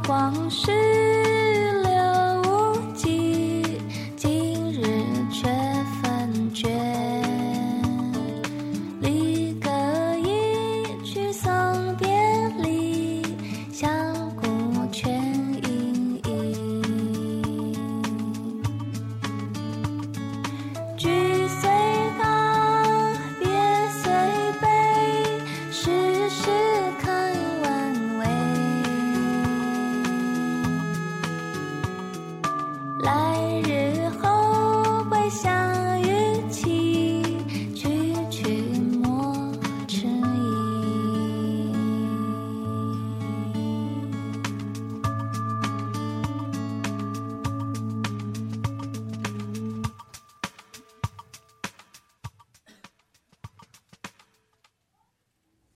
H: 往事。